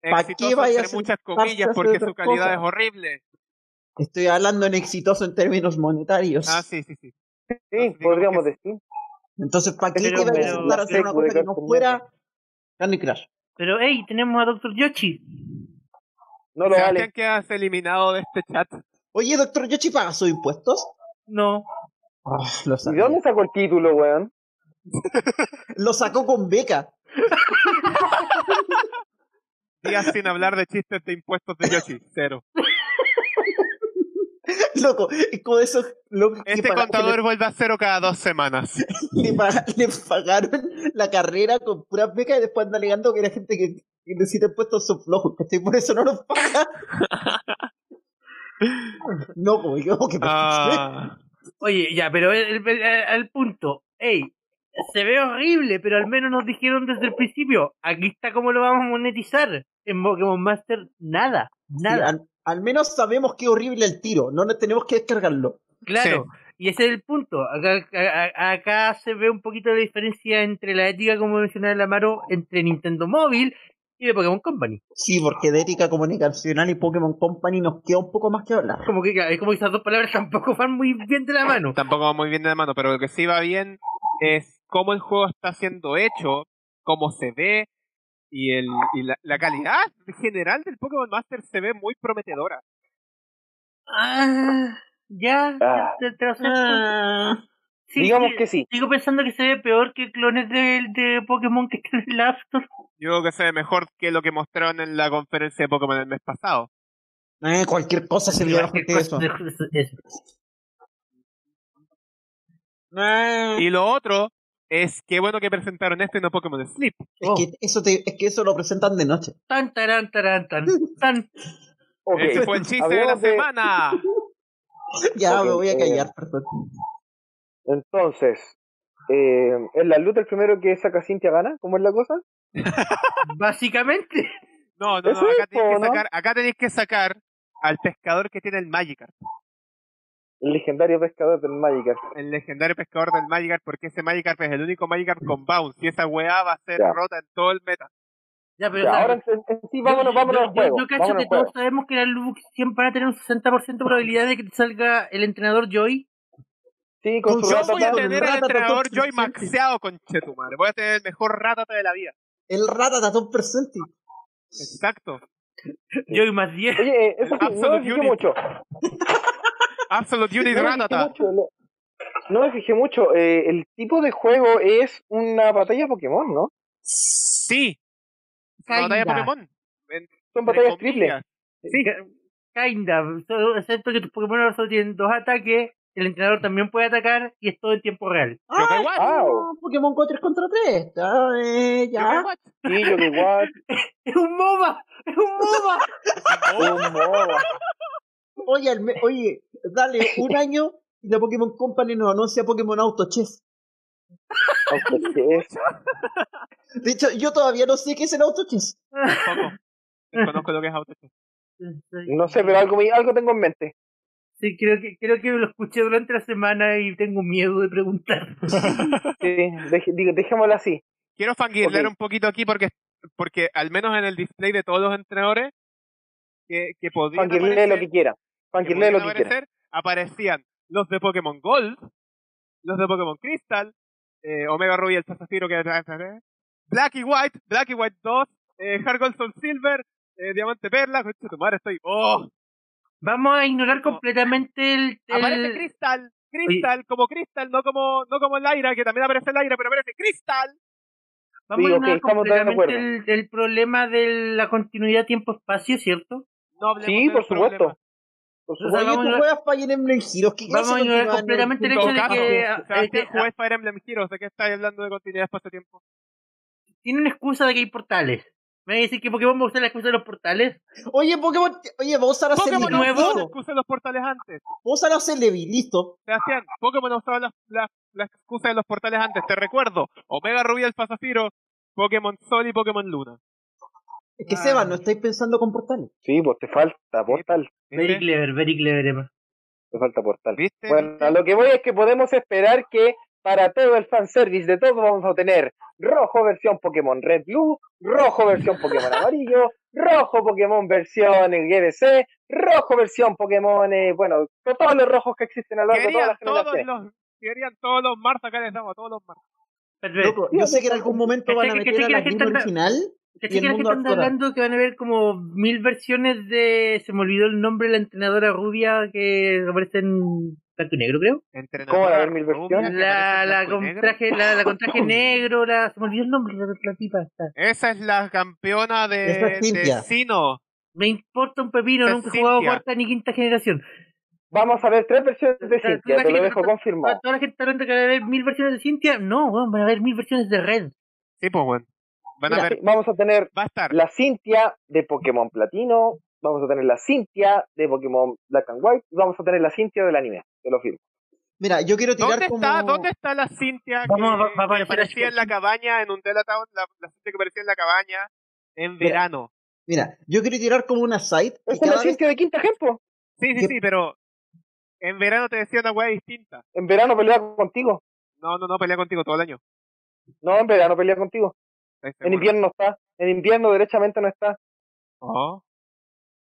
[SPEAKER 1] ¿Pa' qué
[SPEAKER 3] Exitoso
[SPEAKER 1] vaya a
[SPEAKER 3] entre
[SPEAKER 1] hacer
[SPEAKER 3] muchas
[SPEAKER 1] parte
[SPEAKER 3] comillas
[SPEAKER 1] de
[SPEAKER 3] porque
[SPEAKER 1] otras
[SPEAKER 3] su calidad
[SPEAKER 1] cosas?
[SPEAKER 3] es horrible.
[SPEAKER 1] Estoy hablando en exitoso en términos monetarios.
[SPEAKER 3] Ah, sí, sí, sí.
[SPEAKER 2] Sí,
[SPEAKER 3] Digamos
[SPEAKER 2] podríamos
[SPEAKER 3] que-
[SPEAKER 2] decir.
[SPEAKER 1] Entonces, ¿para qué
[SPEAKER 4] Pero-
[SPEAKER 1] te vayas a
[SPEAKER 4] pero-
[SPEAKER 1] sentar a hacer una cosa que no fuera Candy Crush?
[SPEAKER 4] pero hey tenemos a Doctor Yoshi
[SPEAKER 2] No lo
[SPEAKER 3] Sebastián
[SPEAKER 2] vale.
[SPEAKER 3] quedas eliminado de este chat.
[SPEAKER 1] Oye, doctor Yoshi, ¿paga sus impuestos?
[SPEAKER 4] no
[SPEAKER 1] Ah, lo,
[SPEAKER 2] ¿Y de
[SPEAKER 1] sacó.
[SPEAKER 2] dónde sacó el título, weón?
[SPEAKER 1] lo sacó con beca. [laughs]
[SPEAKER 3] Días sin hablar de chistes de impuestos de Yoshi. Cero.
[SPEAKER 1] Loco, es como eso. Loco, que
[SPEAKER 3] Este
[SPEAKER 1] paga-
[SPEAKER 3] contador vuelve a cero cada
[SPEAKER 1] [laughs]
[SPEAKER 3] dos semanas.
[SPEAKER 1] le, pa- le pagaron la carrera con puras becas y después anda alegando que la gente que, que necesita impuestos son flojos, ¿cachai? Por eso no los paga. No, pues yo, que
[SPEAKER 3] Ah,
[SPEAKER 4] Oye, ya, pero el- el- el- al punto, hey, se ve horrible, pero al menos nos dijeron desde el principio, aquí está cómo lo vamos a monetizar. En Pokémon Master, nada, nada.
[SPEAKER 1] al, al menos sabemos qué horrible el tiro, no nos tenemos que descargarlo.
[SPEAKER 4] Claro, y ese es el punto. Acá, a- a- acá se ve un poquito la diferencia entre la ética, como mencionaba el Amaro, entre Nintendo Móvil y de Pokémon Company.
[SPEAKER 1] Sí, porque de ética comunicacional y Pokémon Company nos queda un poco más que hablar.
[SPEAKER 4] Como que es como que esas dos palabras [laughs] tampoco van muy bien de la mano.
[SPEAKER 3] tampoco va muy bien de la mano, pero lo que sí va bien es cómo el juego está siendo hecho, cómo se ve y, el, y la, la calidad general del Pokémon Master se ve muy prometedora.
[SPEAKER 4] Ah, ya,
[SPEAKER 2] Ah.
[SPEAKER 4] te, te lo acepto.
[SPEAKER 1] Ah,
[SPEAKER 4] Sí,
[SPEAKER 2] Digamos
[SPEAKER 4] sí.
[SPEAKER 2] que sí.
[SPEAKER 4] Sigo pensando que se ve peor que clones de, de Pokémon que [laughs] están en la App Store.
[SPEAKER 3] Yo creo que se ve mejor que lo que mostraron en la conferencia de Pokémon el mes pasado.
[SPEAKER 1] eh, cualquier cosa se vio mejor que eso.
[SPEAKER 4] Eso.
[SPEAKER 1] Eh,
[SPEAKER 3] Y lo otro es que bueno que presentaron esto y no Pokémon Sleep.
[SPEAKER 1] Es que, eso te- es que eso lo presentan de noche. [laughs]
[SPEAKER 4] Tan, taran, taran,
[SPEAKER 2] [laughs]
[SPEAKER 4] tan, tan.
[SPEAKER 2] Ok. eh,
[SPEAKER 3] Ese fue el chiste de la
[SPEAKER 2] Hablemos de-
[SPEAKER 3] semana.
[SPEAKER 1] Ya
[SPEAKER 2] Ok,
[SPEAKER 1] me voy a
[SPEAKER 2] eh,
[SPEAKER 1] callar, perdón.
[SPEAKER 2] Entonces, eh, ¿es la luta el primero que saca Cintia gana? ¿Cómo es la cosa?
[SPEAKER 4] Básicamente.
[SPEAKER 2] [laughs]
[SPEAKER 3] No, no, no,
[SPEAKER 2] Eso
[SPEAKER 3] acá
[SPEAKER 2] es,
[SPEAKER 3] tenéis que
[SPEAKER 2] po, ¿no?
[SPEAKER 3] sacar, acá tenéis que sacar al pescador que tiene el Magikarp,
[SPEAKER 2] El legendario pescador del Magikarp.
[SPEAKER 3] el legendario pescador del Magikarp, porque ese Magikarp es el único Magikarp con bounce y esa weá va a ser
[SPEAKER 2] Ya.
[SPEAKER 3] rota en todo el meta.
[SPEAKER 4] Ya, pero.
[SPEAKER 2] Ya,
[SPEAKER 4] o sea,
[SPEAKER 2] ahora en, en sí,
[SPEAKER 4] yo-
[SPEAKER 2] vámonos,
[SPEAKER 4] yo-
[SPEAKER 2] vámonos
[SPEAKER 4] yo-
[SPEAKER 2] al juego.
[SPEAKER 4] Yo, cacho
[SPEAKER 2] vámonos
[SPEAKER 4] que
[SPEAKER 2] al juego.
[SPEAKER 4] todos sabemos que la Lux siempre va a tener un 60% de probabilidad de que te salga el entrenador Joy.
[SPEAKER 2] Sí, con su
[SPEAKER 3] Yo
[SPEAKER 1] Ratata,
[SPEAKER 3] voy a
[SPEAKER 2] ratatá.
[SPEAKER 1] con
[SPEAKER 3] tener al
[SPEAKER 1] ratata,
[SPEAKER 3] entrenador
[SPEAKER 1] con
[SPEAKER 3] Joy
[SPEAKER 1] suficiente.
[SPEAKER 3] maxeado con Chetumar. Voy a tener el mejor ratata de la vida.
[SPEAKER 1] El rata tatón presente.
[SPEAKER 3] Exacto.
[SPEAKER 4] [laughs] Joy más 10.
[SPEAKER 2] Oye, eh, eso sí, no
[SPEAKER 3] Absolute
[SPEAKER 2] me fijé
[SPEAKER 3] Unity.
[SPEAKER 2] mucho.
[SPEAKER 3] Absolute Unit
[SPEAKER 2] No me fijé
[SPEAKER 3] ratata.
[SPEAKER 2] mucho, lo- No me fijé mucho. eh, el tipo de juego es una batalla Pokémon, ¿no?
[SPEAKER 3] Sí. Es una
[SPEAKER 4] Kinda.
[SPEAKER 3] batalla Pokémon. En-
[SPEAKER 2] Son
[SPEAKER 3] entre
[SPEAKER 2] batallas
[SPEAKER 3] comillas.
[SPEAKER 2] triples.
[SPEAKER 3] Sí.
[SPEAKER 4] Kinda. solo- Excepto que tus Pokémon ahora solo tienen dos ataques. El entrenador también puede atacar y es todo en tiempo real.
[SPEAKER 3] Yo que
[SPEAKER 1] Ah,
[SPEAKER 3] igual.
[SPEAKER 2] Ah,
[SPEAKER 1] no, Pokémon 3 contra 3.
[SPEAKER 3] Yo que
[SPEAKER 1] ya.
[SPEAKER 3] igual.
[SPEAKER 2] Sí, yo que igual.
[SPEAKER 3] [laughs]
[SPEAKER 4] ¡Es un MOBA! ¡Es un MOBA!
[SPEAKER 3] Oh,
[SPEAKER 2] un MOBA.
[SPEAKER 1] Oye, al me- oye, dale un año y la Pokémon Company nos anuncia Pokémon Auto Chess.
[SPEAKER 2] Aunque sí es.
[SPEAKER 1] De hecho, yo todavía no sé qué es el Auto Chess.
[SPEAKER 3] Tampoco. Desconozco lo que es auto.
[SPEAKER 2] No sé, pero algo, me- algo tengo en mente.
[SPEAKER 4] Sí, creo que, creo que lo escuché durante la semana y tengo miedo de preguntar. [laughs]
[SPEAKER 2] Sí, dej- digo, dejémoslo así.
[SPEAKER 3] Quiero fangirlear
[SPEAKER 2] Ok.
[SPEAKER 3] un poquito aquí porque, porque al menos en el display de todos los entrenadores que, que podían
[SPEAKER 2] Fangirle lo
[SPEAKER 3] aparecer-
[SPEAKER 2] que quiera.
[SPEAKER 3] que
[SPEAKER 2] Fangirle lo
[SPEAKER 3] podían
[SPEAKER 2] que quiera.
[SPEAKER 3] aparecer, aparecían los de Pokémon Gold, los de Pokémon Crystal, eh, Omega Ruby, el Zafiro que Black y White, Black y White 2, eh, Hard Gold Soul Silver, eh, Diamante Perla, concha de tu madre, estoy. ¡Oh!
[SPEAKER 4] Vamos a ignorar completamente el. el-
[SPEAKER 3] Aparece Crystal, Crystal, como Crystal, no como, no como Lyra, que también aparece Lyra, pero aparece Crystal.
[SPEAKER 4] vamos
[SPEAKER 2] Sí,
[SPEAKER 4] a
[SPEAKER 2] ok,
[SPEAKER 4] ignorar
[SPEAKER 2] estamos de
[SPEAKER 4] completamente el, el problema de la continuidad tiempo-espacio, ¿cierto?
[SPEAKER 3] No hablemos
[SPEAKER 2] Sí,
[SPEAKER 3] del
[SPEAKER 2] por supuesto.
[SPEAKER 3] problema.
[SPEAKER 2] Por
[SPEAKER 4] O
[SPEAKER 1] Oye,
[SPEAKER 4] sea,
[SPEAKER 2] supuesto.
[SPEAKER 4] vamos
[SPEAKER 1] tú
[SPEAKER 4] a-
[SPEAKER 1] juegas Fire Emblem Heroes. ¿Qué
[SPEAKER 4] Vamos a
[SPEAKER 1] clase
[SPEAKER 4] ignorar
[SPEAKER 1] continúa en
[SPEAKER 4] completamente el
[SPEAKER 3] En
[SPEAKER 1] punto?
[SPEAKER 4] hecho
[SPEAKER 3] todo
[SPEAKER 4] de
[SPEAKER 3] caso,
[SPEAKER 4] que.
[SPEAKER 3] o sea,
[SPEAKER 4] eh,
[SPEAKER 3] este
[SPEAKER 4] eh,
[SPEAKER 3] juez Fire Emblem Heroes, ¿de qué estáis hablando de continuidad espacio-tiempo?
[SPEAKER 4] Tienen excusa de que hay portales. ¿Me van a decir que Pokémon va a usar la excusa de los portales?
[SPEAKER 1] Oye, Pokémon, oye, vamos a usar a Celebi.
[SPEAKER 3] Pokémon no
[SPEAKER 4] nuevo.
[SPEAKER 3] usó la
[SPEAKER 1] Vamos
[SPEAKER 3] excusa de los portales antes.
[SPEAKER 1] a usar a Celebi, listo.
[SPEAKER 3] Sebastián, Pokémon usaba las, las, las excusas de los portales antes, te recuerdo. Omega Rubí Alfa Zafiro, Pokémon Sol y Pokémon Luna.
[SPEAKER 1] Es que
[SPEAKER 4] Ah.
[SPEAKER 1] Seba, no estáis pensando con portales.
[SPEAKER 2] Sí, pues te falta portal.
[SPEAKER 4] Very
[SPEAKER 3] ¿Viste?
[SPEAKER 4] clever, very clever, Emma.
[SPEAKER 2] Te falta portal.
[SPEAKER 3] ¿Viste?
[SPEAKER 2] Bueno, a lo que voy es que podemos esperar que para todo el fanservice de todo vamos a tener rojo versión Pokémon Red Blue, rojo versión Pokémon Amarillo, rojo Pokémon versión el GBC, rojo versión Pokémon, eh, bueno, to- todos los rojos que existen a lo largo de todas
[SPEAKER 3] Querían
[SPEAKER 2] las
[SPEAKER 3] todos
[SPEAKER 2] generaciones.
[SPEAKER 3] los, querían todos los Mars, acá les damos a todos los Mars.
[SPEAKER 4] Perfecto.
[SPEAKER 1] Loco, yo sé que en algún momento van a
[SPEAKER 4] Que sé que- que
[SPEAKER 1] meter
[SPEAKER 4] sé
[SPEAKER 1] a
[SPEAKER 4] que la
[SPEAKER 1] la
[SPEAKER 4] gente
[SPEAKER 1] Green
[SPEAKER 4] anda-
[SPEAKER 1] original.
[SPEAKER 4] ¿Cachai
[SPEAKER 1] Y el
[SPEAKER 4] que la
[SPEAKER 1] mundo
[SPEAKER 4] gente anda
[SPEAKER 1] actual.
[SPEAKER 4] hablando que van a haber como mil versiones de. Se me olvidó el nombre de la entrenadora rubia que aparece en blanco y negro, creo.
[SPEAKER 3] Entrenadora
[SPEAKER 2] ¿Cómo va a haber mil
[SPEAKER 3] rubia que
[SPEAKER 2] versiones?
[SPEAKER 4] La,
[SPEAKER 3] aparece en
[SPEAKER 4] la,
[SPEAKER 3] blanco y
[SPEAKER 4] con
[SPEAKER 3] negro.
[SPEAKER 4] traje, la, la
[SPEAKER 3] [laughs]
[SPEAKER 4] con traje negro, la. Se me olvidó el nombre de la, la tipa. esta.
[SPEAKER 3] Esa es la campeona
[SPEAKER 1] Esa
[SPEAKER 3] de,
[SPEAKER 1] es
[SPEAKER 3] de
[SPEAKER 1] Cynthia.
[SPEAKER 3] Sino.
[SPEAKER 4] Me importa un pepino,
[SPEAKER 3] Esa es
[SPEAKER 4] nunca he jugado
[SPEAKER 3] Cintia.
[SPEAKER 4] cuarta ni quinta generación.
[SPEAKER 2] Vamos a ver tres versiones de
[SPEAKER 4] Pero tú
[SPEAKER 2] Cintia, te lo
[SPEAKER 4] imagínate
[SPEAKER 2] dejo
[SPEAKER 4] to-
[SPEAKER 2] confirmado.
[SPEAKER 4] Toda la gente está hablando que van a haber mil versiones de Cintia. No, weón, van a haber mil versiones de Red.
[SPEAKER 3] Sí, pues, bueno. Van a
[SPEAKER 2] Mira,
[SPEAKER 3] ver,
[SPEAKER 2] Vamos a tener
[SPEAKER 3] va a estar.
[SPEAKER 2] la Cintia de Pokémon Platino, vamos a tener la Cintia de Pokémon Black and White y vamos a tener la Cintia del anime, te lo firmo.
[SPEAKER 1] Mira, yo quiero tirar
[SPEAKER 3] ¿Dónde
[SPEAKER 1] como...
[SPEAKER 3] está, ¿Dónde está la Cintia que,
[SPEAKER 4] Vamos, va- va a
[SPEAKER 3] que
[SPEAKER 4] aparecer
[SPEAKER 3] aparecía
[SPEAKER 4] Ash
[SPEAKER 3] en la cabaña, en un Delatown, la, la Cintia que aparecía en la cabaña en
[SPEAKER 1] Mira.
[SPEAKER 3] verano?
[SPEAKER 1] Mira, yo quiero tirar como una site. y
[SPEAKER 2] Esa es la
[SPEAKER 1] cada vez-
[SPEAKER 2] Cintia de Quinta Ejemplo.
[SPEAKER 3] Sí, sí,
[SPEAKER 1] ¿Qué-
[SPEAKER 3] sí, pero en verano te decía una weá distinta.
[SPEAKER 2] En verano pelea contigo.
[SPEAKER 3] No, no, no, pelea contigo todo el año.
[SPEAKER 2] No, en verano pelea contigo.
[SPEAKER 3] ¿Estás
[SPEAKER 2] En
[SPEAKER 3] seguro?
[SPEAKER 2] invierno no está. En invierno derechamente no está.
[SPEAKER 3] Oh.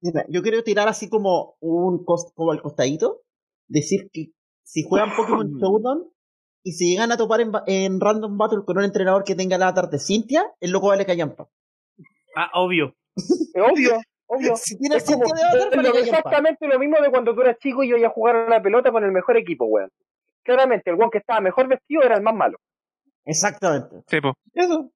[SPEAKER 1] Mira, yo quiero tirar así como un cos- como al costadito, decir que si juegan Pokémon Showdown y se llegan a topar en, ba- en Random Battle con un entrenador que tenga el avatar de Cintia, el loco vale callampa.
[SPEAKER 4] Ah, obvio.
[SPEAKER 2] Es obvio, obvio.
[SPEAKER 1] Si tiene a
[SPEAKER 2] Es como,
[SPEAKER 1] Cintia de avatar,
[SPEAKER 2] es
[SPEAKER 1] vale
[SPEAKER 2] lo-
[SPEAKER 1] callampa.
[SPEAKER 2] exactamente lo mismo de cuando tú eras chico y yo iba a jugar a la pelota con el mejor equipo, weón. Claramente, el weón que estaba mejor vestido era el más malo.
[SPEAKER 1] Exactamente.
[SPEAKER 3] Sí, po.
[SPEAKER 1] Eso.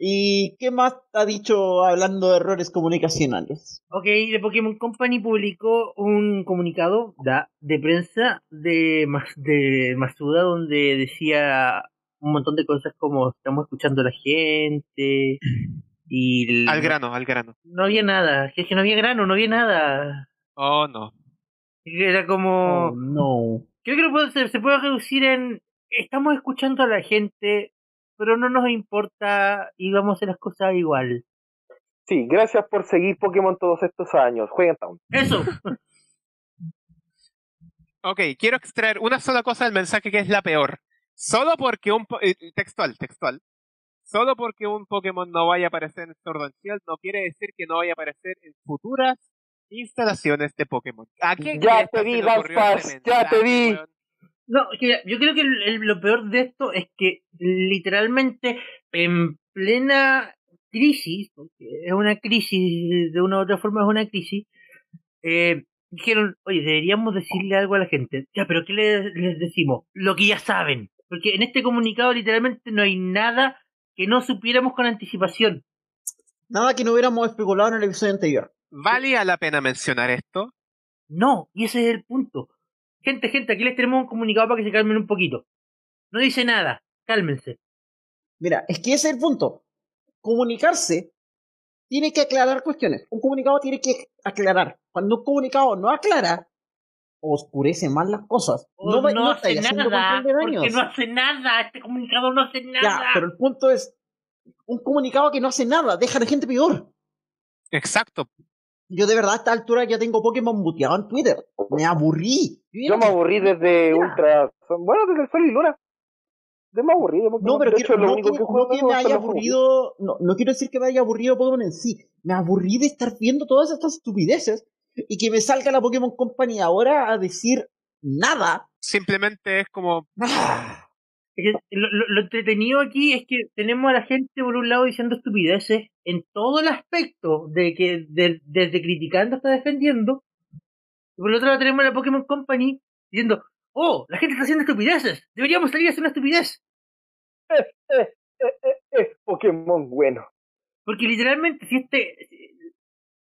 [SPEAKER 1] ¿Y qué más ha dicho hablando de errores comunicacionales?
[SPEAKER 4] Ok, The Pokémon Company publicó un comunicado da- de prensa de, Mas- de Masuda donde decía un montón de cosas como estamos escuchando a la gente y el-
[SPEAKER 3] Al grano, al grano.
[SPEAKER 4] no había nada, que es que no había grano, no había nada.
[SPEAKER 3] Oh, no.
[SPEAKER 4] Era como...
[SPEAKER 1] Oh, no.
[SPEAKER 4] Creo que lo puedo- se, se puede reducir en estamos escuchando a la gente, pero no nos importa y vamos a hacer las cosas igual.
[SPEAKER 2] Sí, gracias por seguir Pokémon todos estos años. Jueguen Town.
[SPEAKER 4] Eso.
[SPEAKER 3] Ok, quiero extraer una sola cosa del mensaje que es la peor. Solo porque un... po- eh, Textual, textual. Solo porque un Pokémon no vaya a aparecer en Sword and Shield no quiere decir que no vaya a aparecer en futuras instalaciones de Pokémon. ¿A quién
[SPEAKER 2] Ya
[SPEAKER 3] cresta
[SPEAKER 2] te
[SPEAKER 3] se
[SPEAKER 2] vi,
[SPEAKER 3] le
[SPEAKER 2] Dark
[SPEAKER 3] ocurrió ese
[SPEAKER 2] Stars, ya
[SPEAKER 3] mensaje,
[SPEAKER 2] te vi.
[SPEAKER 3] weón?
[SPEAKER 4] No, que yo creo que el- el- lo peor de esto es que literalmente en plena crisis, porque es una crisis, de una u otra forma es una crisis, eh, dijeron, oye, deberíamos decirle algo a la gente. Ya, pero ¿qué les, les decimos? Lo que ya saben. Porque en este comunicado literalmente no hay nada que no supiéramos con anticipación.
[SPEAKER 1] Nada que no hubiéramos especulado en el episodio anterior.
[SPEAKER 3] ¿Valía la pena mencionar esto?
[SPEAKER 4] No, y ese es el punto. Gente, gente, aquí les tenemos un comunicado para que se calmen un poquito. No dice nada, cálmense.
[SPEAKER 1] Mira, es que ese es el punto. Comunicarse tiene que aclarar cuestiones. Un comunicado tiene que aclarar. Cuando un comunicado no aclara, oscurece más las cosas.
[SPEAKER 4] O
[SPEAKER 1] va-
[SPEAKER 4] no, hace
[SPEAKER 1] estáis haciendo
[SPEAKER 4] nada,
[SPEAKER 1] control de
[SPEAKER 4] porque
[SPEAKER 1] daños.
[SPEAKER 4] no hace nada, este comunicado no hace nada.
[SPEAKER 1] Ya, pero el punto es, un comunicado que no hace nada, deja a la gente peor.
[SPEAKER 3] Exacto.
[SPEAKER 1] Yo de verdad a esta altura ya tengo Pokémon muteado en Twitter. Me aburrí. Yo
[SPEAKER 2] Yo me
[SPEAKER 1] ya-
[SPEAKER 2] aburrí desde
[SPEAKER 1] Mira.
[SPEAKER 2] Ultra. Bueno, desde el Sol y Luna. Yo me aburrí de Pokémon.
[SPEAKER 1] No, pero
[SPEAKER 2] de hecho,
[SPEAKER 1] quiero-
[SPEAKER 2] lo
[SPEAKER 1] no,
[SPEAKER 2] único
[SPEAKER 1] que,
[SPEAKER 2] que juego
[SPEAKER 1] no que
[SPEAKER 2] son
[SPEAKER 1] me
[SPEAKER 2] los
[SPEAKER 1] haya
[SPEAKER 2] juegos.
[SPEAKER 1] aburrido, no, no quiero decir que me haya aburrido Pokémon en sí, me aburrí de estar viendo todas estas estupideces y que me salga la Pokémon Company ahora a decir nada.
[SPEAKER 3] Simplemente es como...
[SPEAKER 1] Ah,
[SPEAKER 4] Es que Lo, lo- lo entretenido aquí es que tenemos a la gente por un lado diciendo estupideces en todo el aspecto, de que de- desde criticando hasta defendiendo, y por el otro lado tenemos a la Pokémon Company diciendo, oh, la gente está haciendo estupideces, deberíamos salir a hacer una estupidez.
[SPEAKER 2] Eh, eh, eh, Pokémon bueno.
[SPEAKER 4] Porque literalmente, si este.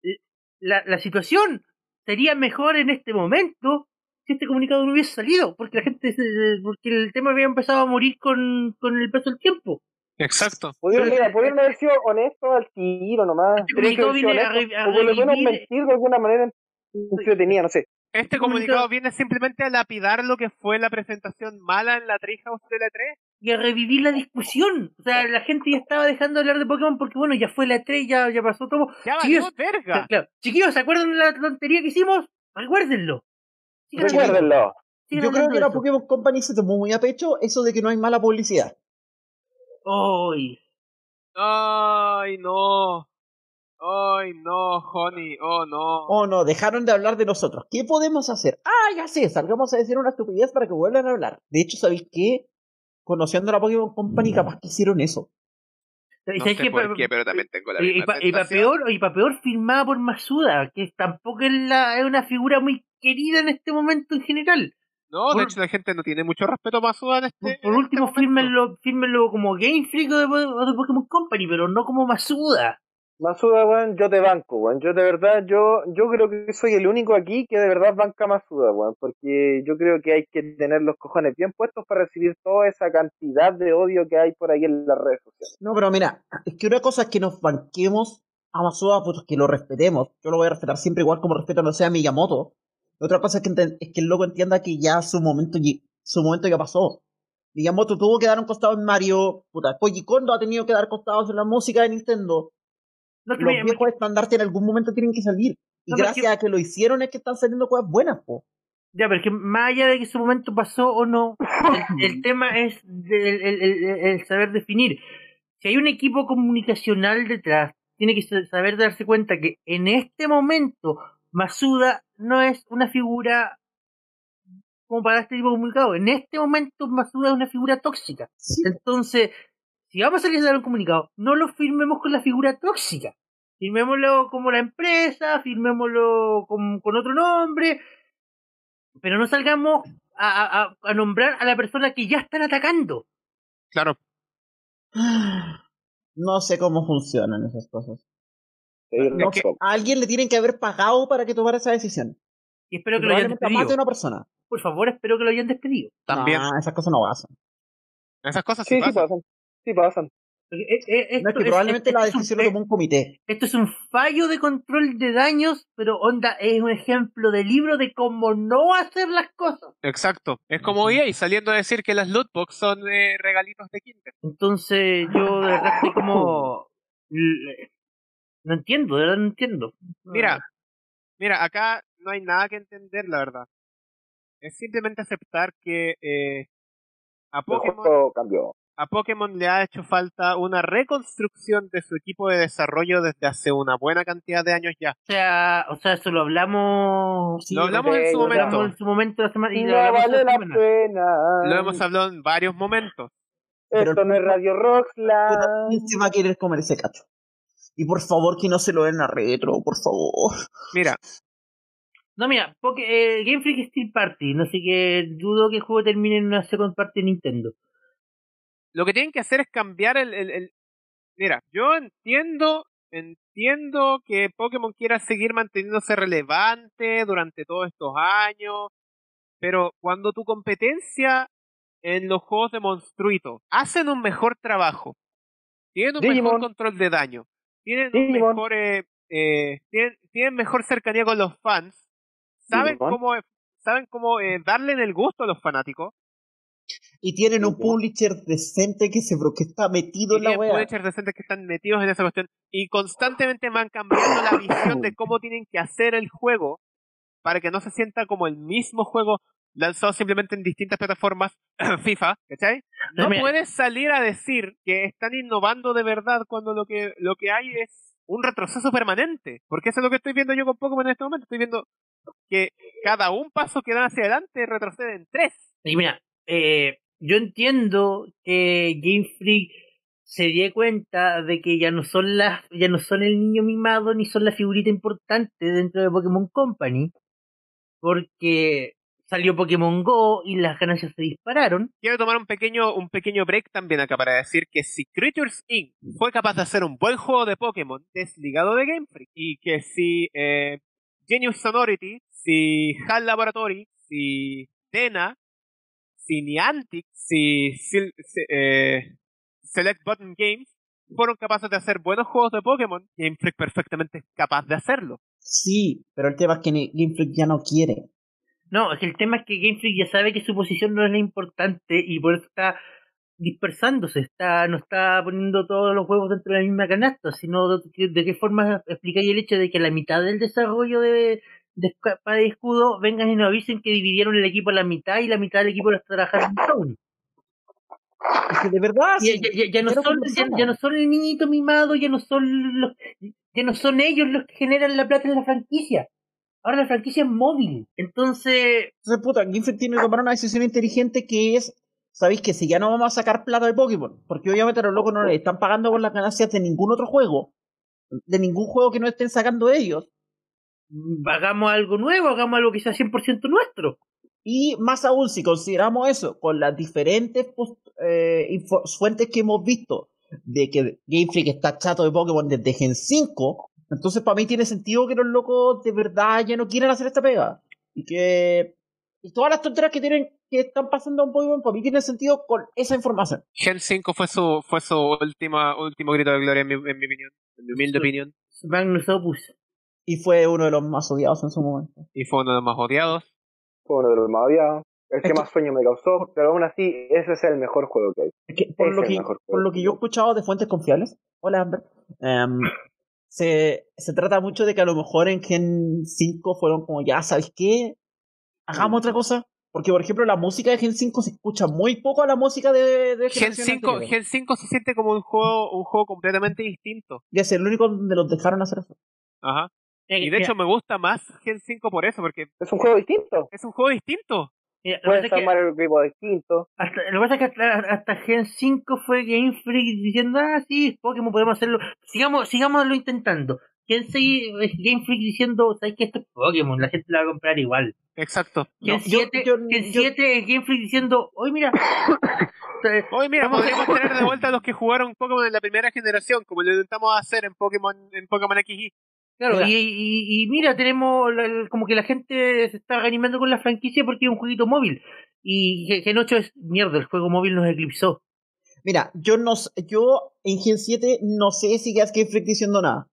[SPEAKER 4] eh, La, la situación sería mejor en este momento si este comunicado no hubiese salido, porque la gente. se- porque el tema había empezado a morir con, con el paso del tiempo.
[SPEAKER 3] Exacto.
[SPEAKER 2] Pudieron,
[SPEAKER 4] Pero-
[SPEAKER 2] mira, pudieron haber sido honestos al tiro nomás.
[SPEAKER 4] Este
[SPEAKER 2] Tenían que haber sido
[SPEAKER 4] comunicado
[SPEAKER 2] honestos,
[SPEAKER 4] viene a re- a
[SPEAKER 2] o por lo menos
[SPEAKER 4] revivir-
[SPEAKER 2] mentir de alguna manera entretenida, no sé.
[SPEAKER 3] Este comunicado viene simplemente a lapidar lo que fue la presentación mala en la Treehouse de la 3.
[SPEAKER 4] Y a revivir la discusión. O sea, la gente ya estaba dejando de hablar de Pokémon porque, bueno, ya fue la 3, ya, ya pasó todo.
[SPEAKER 3] ¡Ya
[SPEAKER 4] Sí,
[SPEAKER 3] valió
[SPEAKER 4] es-
[SPEAKER 3] verga!
[SPEAKER 4] Claro, chiquillos, ¿se acuerdan de la tontería que hicimos? Recuérdenlo. Sigan hablando,
[SPEAKER 2] Recuérdenlo.
[SPEAKER 4] sigan
[SPEAKER 1] yo creo
[SPEAKER 4] hablando
[SPEAKER 1] que
[SPEAKER 4] de
[SPEAKER 1] la
[SPEAKER 4] eso.
[SPEAKER 1] Pokémon Company se tomó muy a pecho eso de que no hay mala publicidad.
[SPEAKER 4] Ay.
[SPEAKER 3] Ay, no. Ay, no, honey. Oh, no.
[SPEAKER 1] Oh no, dejaron de hablar de nosotros. ¿Qué podemos hacer? Ah, ya sé, salgamos a decir una estupidez para que vuelvan a hablar. De hecho, ¿sabéis qué? Conociendo a la Pokémon Company, capaz que hicieron eso.
[SPEAKER 4] ¿Y
[SPEAKER 3] No
[SPEAKER 4] sabes
[SPEAKER 3] sé
[SPEAKER 4] qué?
[SPEAKER 3] por qué, pero también tengo la
[SPEAKER 4] Y,
[SPEAKER 3] misma
[SPEAKER 4] para
[SPEAKER 3] sensación.
[SPEAKER 4] peor, y pa' peor firmada por Masuda, que tampoco es, la, es una figura muy querida en este momento en general.
[SPEAKER 3] No, de
[SPEAKER 4] Por-
[SPEAKER 3] hecho la gente no tiene mucho respeto más en
[SPEAKER 4] Por,
[SPEAKER 3] este.
[SPEAKER 4] por
[SPEAKER 3] en
[SPEAKER 4] último,
[SPEAKER 3] este momento.
[SPEAKER 4] fírmenlo, fírmenlo como Game Freak o de, o de Pokémon Company, pero no como Masuda.
[SPEAKER 2] Masuda, weón, yo te banco, weón. Yo de verdad, yo, yo creo que soy el único aquí que de verdad banca a Masuda, weón. Porque yo creo que hay que tener los cojones bien puestos para recibir toda esa cantidad de odio que hay por ahí en las redes sociales.
[SPEAKER 1] No, pero mira, es que una cosa es que nos banquemos a Masuda, pues que lo respetemos. Yo lo voy a respetar siempre igual como respeto, no sea a Miyamoto. Otra cosa es que, enten- es que el loco entienda que ya su momento, ye- su momento ya pasó. Miyamoto tuvo que dar un costado en Mario. Puta, Koji Kondo ha tenido que dar costados en la música de Nintendo.
[SPEAKER 4] No, que
[SPEAKER 1] Los
[SPEAKER 4] me-
[SPEAKER 1] viejos estandartes en algún momento tienen que salir. Y
[SPEAKER 4] No, pero es
[SPEAKER 1] gracias a que lo hicieron es que están saliendo cosas buenas, po.
[SPEAKER 4] Ya, pero es que más allá de que su momento pasó o no, el, el tema es del- el, el- el saber definir. Si hay un equipo comunicacional detrás, tiene que sa- saber darse cuenta que en este momento Masuda no es una figura como para este tipo de comunicado. En este momento Masuda es una figura tóxica. Entonces, si vamos a salir a dar un comunicado, no lo firmemos con la figura tóxica. Firmémoslo como la empresa, firmémoslo con, con otro nombre, pero no salgamos a, a- a- a nombrar a la persona que ya están atacando.
[SPEAKER 3] Claro.
[SPEAKER 1] [sighs] No sé cómo funcionan esas cosas. No
[SPEAKER 3] que-
[SPEAKER 1] sé. A alguien le tienen que haber pagado para que tomara esa decisión.
[SPEAKER 4] Y espero que lo hayan
[SPEAKER 1] Probablemente a más de
[SPEAKER 4] despedido.
[SPEAKER 1] una persona.
[SPEAKER 4] Por favor, espero que lo hayan despedido.
[SPEAKER 3] También.
[SPEAKER 4] Ah.
[SPEAKER 1] No, esas cosas no pasan.
[SPEAKER 3] Esas cosas sí,
[SPEAKER 2] Sí, sí
[SPEAKER 3] pasan.
[SPEAKER 2] pasan. Sí pasan.
[SPEAKER 4] Porque, eh, eh,
[SPEAKER 1] No, es
[SPEAKER 4] esto
[SPEAKER 1] que
[SPEAKER 4] es-
[SPEAKER 1] probablemente
[SPEAKER 4] esto
[SPEAKER 1] la
[SPEAKER 4] es un
[SPEAKER 1] decisión lo
[SPEAKER 4] fe-
[SPEAKER 1] tomó un comité.
[SPEAKER 4] Esto es un fallo de control de daños, pero onda es un ejemplo de libro de cómo no hacer las cosas.
[SPEAKER 3] Exacto. Es como EA saliendo a decir que las lootbox son eh, regalitos de Kinder.
[SPEAKER 4] Entonces yo de verdad estoy como... No entiendo, de verdad no entiendo.
[SPEAKER 3] Mira, mira, acá no hay nada que entender, la verdad. Es simplemente aceptar que eh, a
[SPEAKER 6] El
[SPEAKER 3] Pokémon
[SPEAKER 6] juego cambió.
[SPEAKER 3] a Pokémon le ha hecho falta una reconstrucción de su equipo de desarrollo desde hace una buena cantidad de años ya.
[SPEAKER 4] O sea, o sea, eso lo hablamos...
[SPEAKER 3] lo hablamos en su
[SPEAKER 4] lo hablamos
[SPEAKER 3] momento,
[SPEAKER 4] en su momento la semana... y lo
[SPEAKER 2] No
[SPEAKER 4] hablamos
[SPEAKER 2] vale
[SPEAKER 4] esta
[SPEAKER 2] la
[SPEAKER 4] semana.
[SPEAKER 2] pena.
[SPEAKER 3] lo hemos hablado en varios momentos.
[SPEAKER 2] Esto no es Radio
[SPEAKER 1] Puta,
[SPEAKER 2] Roxland.
[SPEAKER 1] ¿Quién se va a querer comer ese cacho? Y por favor, que no se lo den a retro, por favor.
[SPEAKER 3] Mira,
[SPEAKER 4] No, mira, porque, eh, Game Freak Steel Party, no sé qué, dudo que el juego termine en una second parte de Nintendo.
[SPEAKER 3] lo que tienen que hacer es cambiar el, el- el- Mira, yo entiendo, entiendo que Pokémon quiera seguir manteniéndose relevante durante todos estos años, pero cuando tu competencia en los juegos de Monstruito hacen un mejor trabajo, tienen un mejor
[SPEAKER 2] Digimon.
[SPEAKER 3] control de daño, tienen un
[SPEAKER 2] Digimon.
[SPEAKER 3] mejor, eh, eh, tienen, tienen mejor cercanía con los fans, saben
[SPEAKER 2] Digimon.
[SPEAKER 3] cómo, saben cómo eh, darle en el gusto a los fanáticos.
[SPEAKER 1] Y tienen un
[SPEAKER 6] Ya.
[SPEAKER 1] publisher decente que se que está metido
[SPEAKER 3] y
[SPEAKER 1] en la
[SPEAKER 3] tienen
[SPEAKER 1] wea.
[SPEAKER 3] publishers decentes que están metidos en esa cuestión y constantemente van cambiando la visión de cómo tienen que hacer el juego para que no se sienta como el mismo juego lanzado simplemente en distintas plataformas [clears throat] FIFA, ¿cachai? No
[SPEAKER 4] Mira,
[SPEAKER 3] puedes salir a decir que están innovando de verdad cuando lo que, lo que hay es un retroceso permanente, porque eso es lo que estoy viendo yo con Pokémon en este momento, estoy viendo que cada un paso que dan hacia adelante retroceden tres.
[SPEAKER 4] Y mira, eh, yo entiendo que Game Freak se dio cuenta de que ya no son las, ya no son el niño mimado ni son la figurita importante dentro de Pokémon Company, porque salió Pokémon Go y las ganancias se dispararon.
[SPEAKER 3] quiero tomar un pequeño, un pequeño break también acá para decir que si Creatures Inc. fue capaz de hacer un buen juego de Pokémon desligado de Game Freak, y que si eh, Genius Sonority, si HAL Laboratory, si Tena, si Niantic, si Sil- se- eh, Select Button Games fueron capaces de hacer buenos juegos de Pokémon, Game Freak perfectamente es capaz de hacerlo.
[SPEAKER 1] Sí, pero el tema es que ni- Game Freak ya no quiere.
[SPEAKER 4] No, es que el tema es que Game Freak ya sabe que su posición no es la importante y por eso está dispersándose, está, no está poniendo todos los huevos dentro de la misma canasta, sino de, que- de qué forma explicáis el hecho de que la mitad del desarrollo de, de Espada y Escudo vengan y nos avisen que dividieron el equipo a la mitad y la mitad del equipo lo está trabajando en Sony.
[SPEAKER 1] Es que de verdad,
[SPEAKER 4] Ya,
[SPEAKER 1] sí,
[SPEAKER 4] ya- ya- ya no
[SPEAKER 1] pero
[SPEAKER 4] son,
[SPEAKER 1] como
[SPEAKER 4] ya,
[SPEAKER 1] persona.
[SPEAKER 4] ya no son el niñito mimado, ya no son los, ya no son ellos los que generan la plata en la franquicia. Ahora la franquicia es móvil. Entonces,
[SPEAKER 1] Entonces, puta, Game Freak tiene que tomar una decisión inteligente que es, sabéis que si ya no vamos a sacar plata de Pokémon, porque obviamente a los locos no le están pagando por las ganancias de ningún otro juego, de ningún juego que no estén sacando ellos,
[SPEAKER 4] hagamos algo nuevo, hagamos algo que sea 100% nuestro.
[SPEAKER 1] y más aún si consideramos eso con las diferentes pos- eh, info- fuentes que hemos visto de que Game Freak está chato de Pokémon desde Gen 5, entonces para mí tiene sentido que los locos de verdad ya no quieran hacer esta pega. Y que y todas las tonteras que tienen que están pasando a un Pokémon para mí tienen sentido con esa información.
[SPEAKER 3] Gen 5 fue su, fue su última, último grito de gloria en mi, en mi opinión, en mi humilde
[SPEAKER 4] Sí.
[SPEAKER 3] opinión.
[SPEAKER 4] Magnus Opus.
[SPEAKER 1] Y fue uno de los más odiados en su momento.
[SPEAKER 3] Y fue uno de los más odiados.
[SPEAKER 2] Fue uno de los más odiados. El que
[SPEAKER 1] Esto-
[SPEAKER 2] más sueño me causó, pero aún así, ese es el mejor juego que hay.
[SPEAKER 1] Es que por,
[SPEAKER 2] Es
[SPEAKER 1] lo
[SPEAKER 2] el
[SPEAKER 1] que,
[SPEAKER 2] mejor juego.
[SPEAKER 1] por lo que yo he escuchado de fuentes confiables, hola Amber, em, se, se trata mucho de que a lo mejor en Gen 5 fueron como, ya, ¿sabes qué? Hagamos otra cosa. Porque, por ejemplo, la música de Gen 5 se escucha muy poco a la música de, de
[SPEAKER 3] Gen
[SPEAKER 1] generación
[SPEAKER 3] 5,
[SPEAKER 1] anterior.
[SPEAKER 3] Gen 5 se siente como un juego, un juego completamente distinto.
[SPEAKER 1] Y es el único donde los dejaron hacer eso.
[SPEAKER 3] Ajá.
[SPEAKER 4] Eh,
[SPEAKER 3] Y de hecho me gusta más Gen 5 por eso, porque
[SPEAKER 2] Es un juego distinto.
[SPEAKER 3] es un juego distinto.
[SPEAKER 4] Mira, lo que pasa
[SPEAKER 2] Puedes
[SPEAKER 4] es que
[SPEAKER 2] armar el equipo distinto.
[SPEAKER 4] hasta- lo que pasa es que hasta, hasta Gen 5 fue Game Freak diciendo, ah, sí, Pokémon podemos hacerlo, sigamos sigámoslo intentando. Gen 6 es Game Freak diciendo, sabes que esto es Pokémon, la gente lo va a comprar igual.
[SPEAKER 3] Exacto.
[SPEAKER 4] Gen
[SPEAKER 1] No, yo-
[SPEAKER 4] 7,
[SPEAKER 1] yo-
[SPEAKER 4] Gen
[SPEAKER 1] yo-
[SPEAKER 4] 7 es Game Freak diciendo, hoy mira, eh,
[SPEAKER 3] Hoy mira,
[SPEAKER 4] Vamos a-
[SPEAKER 3] podríamos tener de vuelta a los que jugaron Pokémon en la primera generación, como lo intentamos hacer en Pokémon, en Pokémon XY.
[SPEAKER 4] Claro,
[SPEAKER 1] Mira.
[SPEAKER 4] y, y- y mira, tenemos la- el- como que la gente se está reanimando con la franquicia porque es un jueguito móvil. Y Gen- Gen 8 es mierda, el juego móvil nos eclipsó.
[SPEAKER 1] Mira, yo no s- yo en Gen 7 no sé si ya es Game Freak diciendo nada.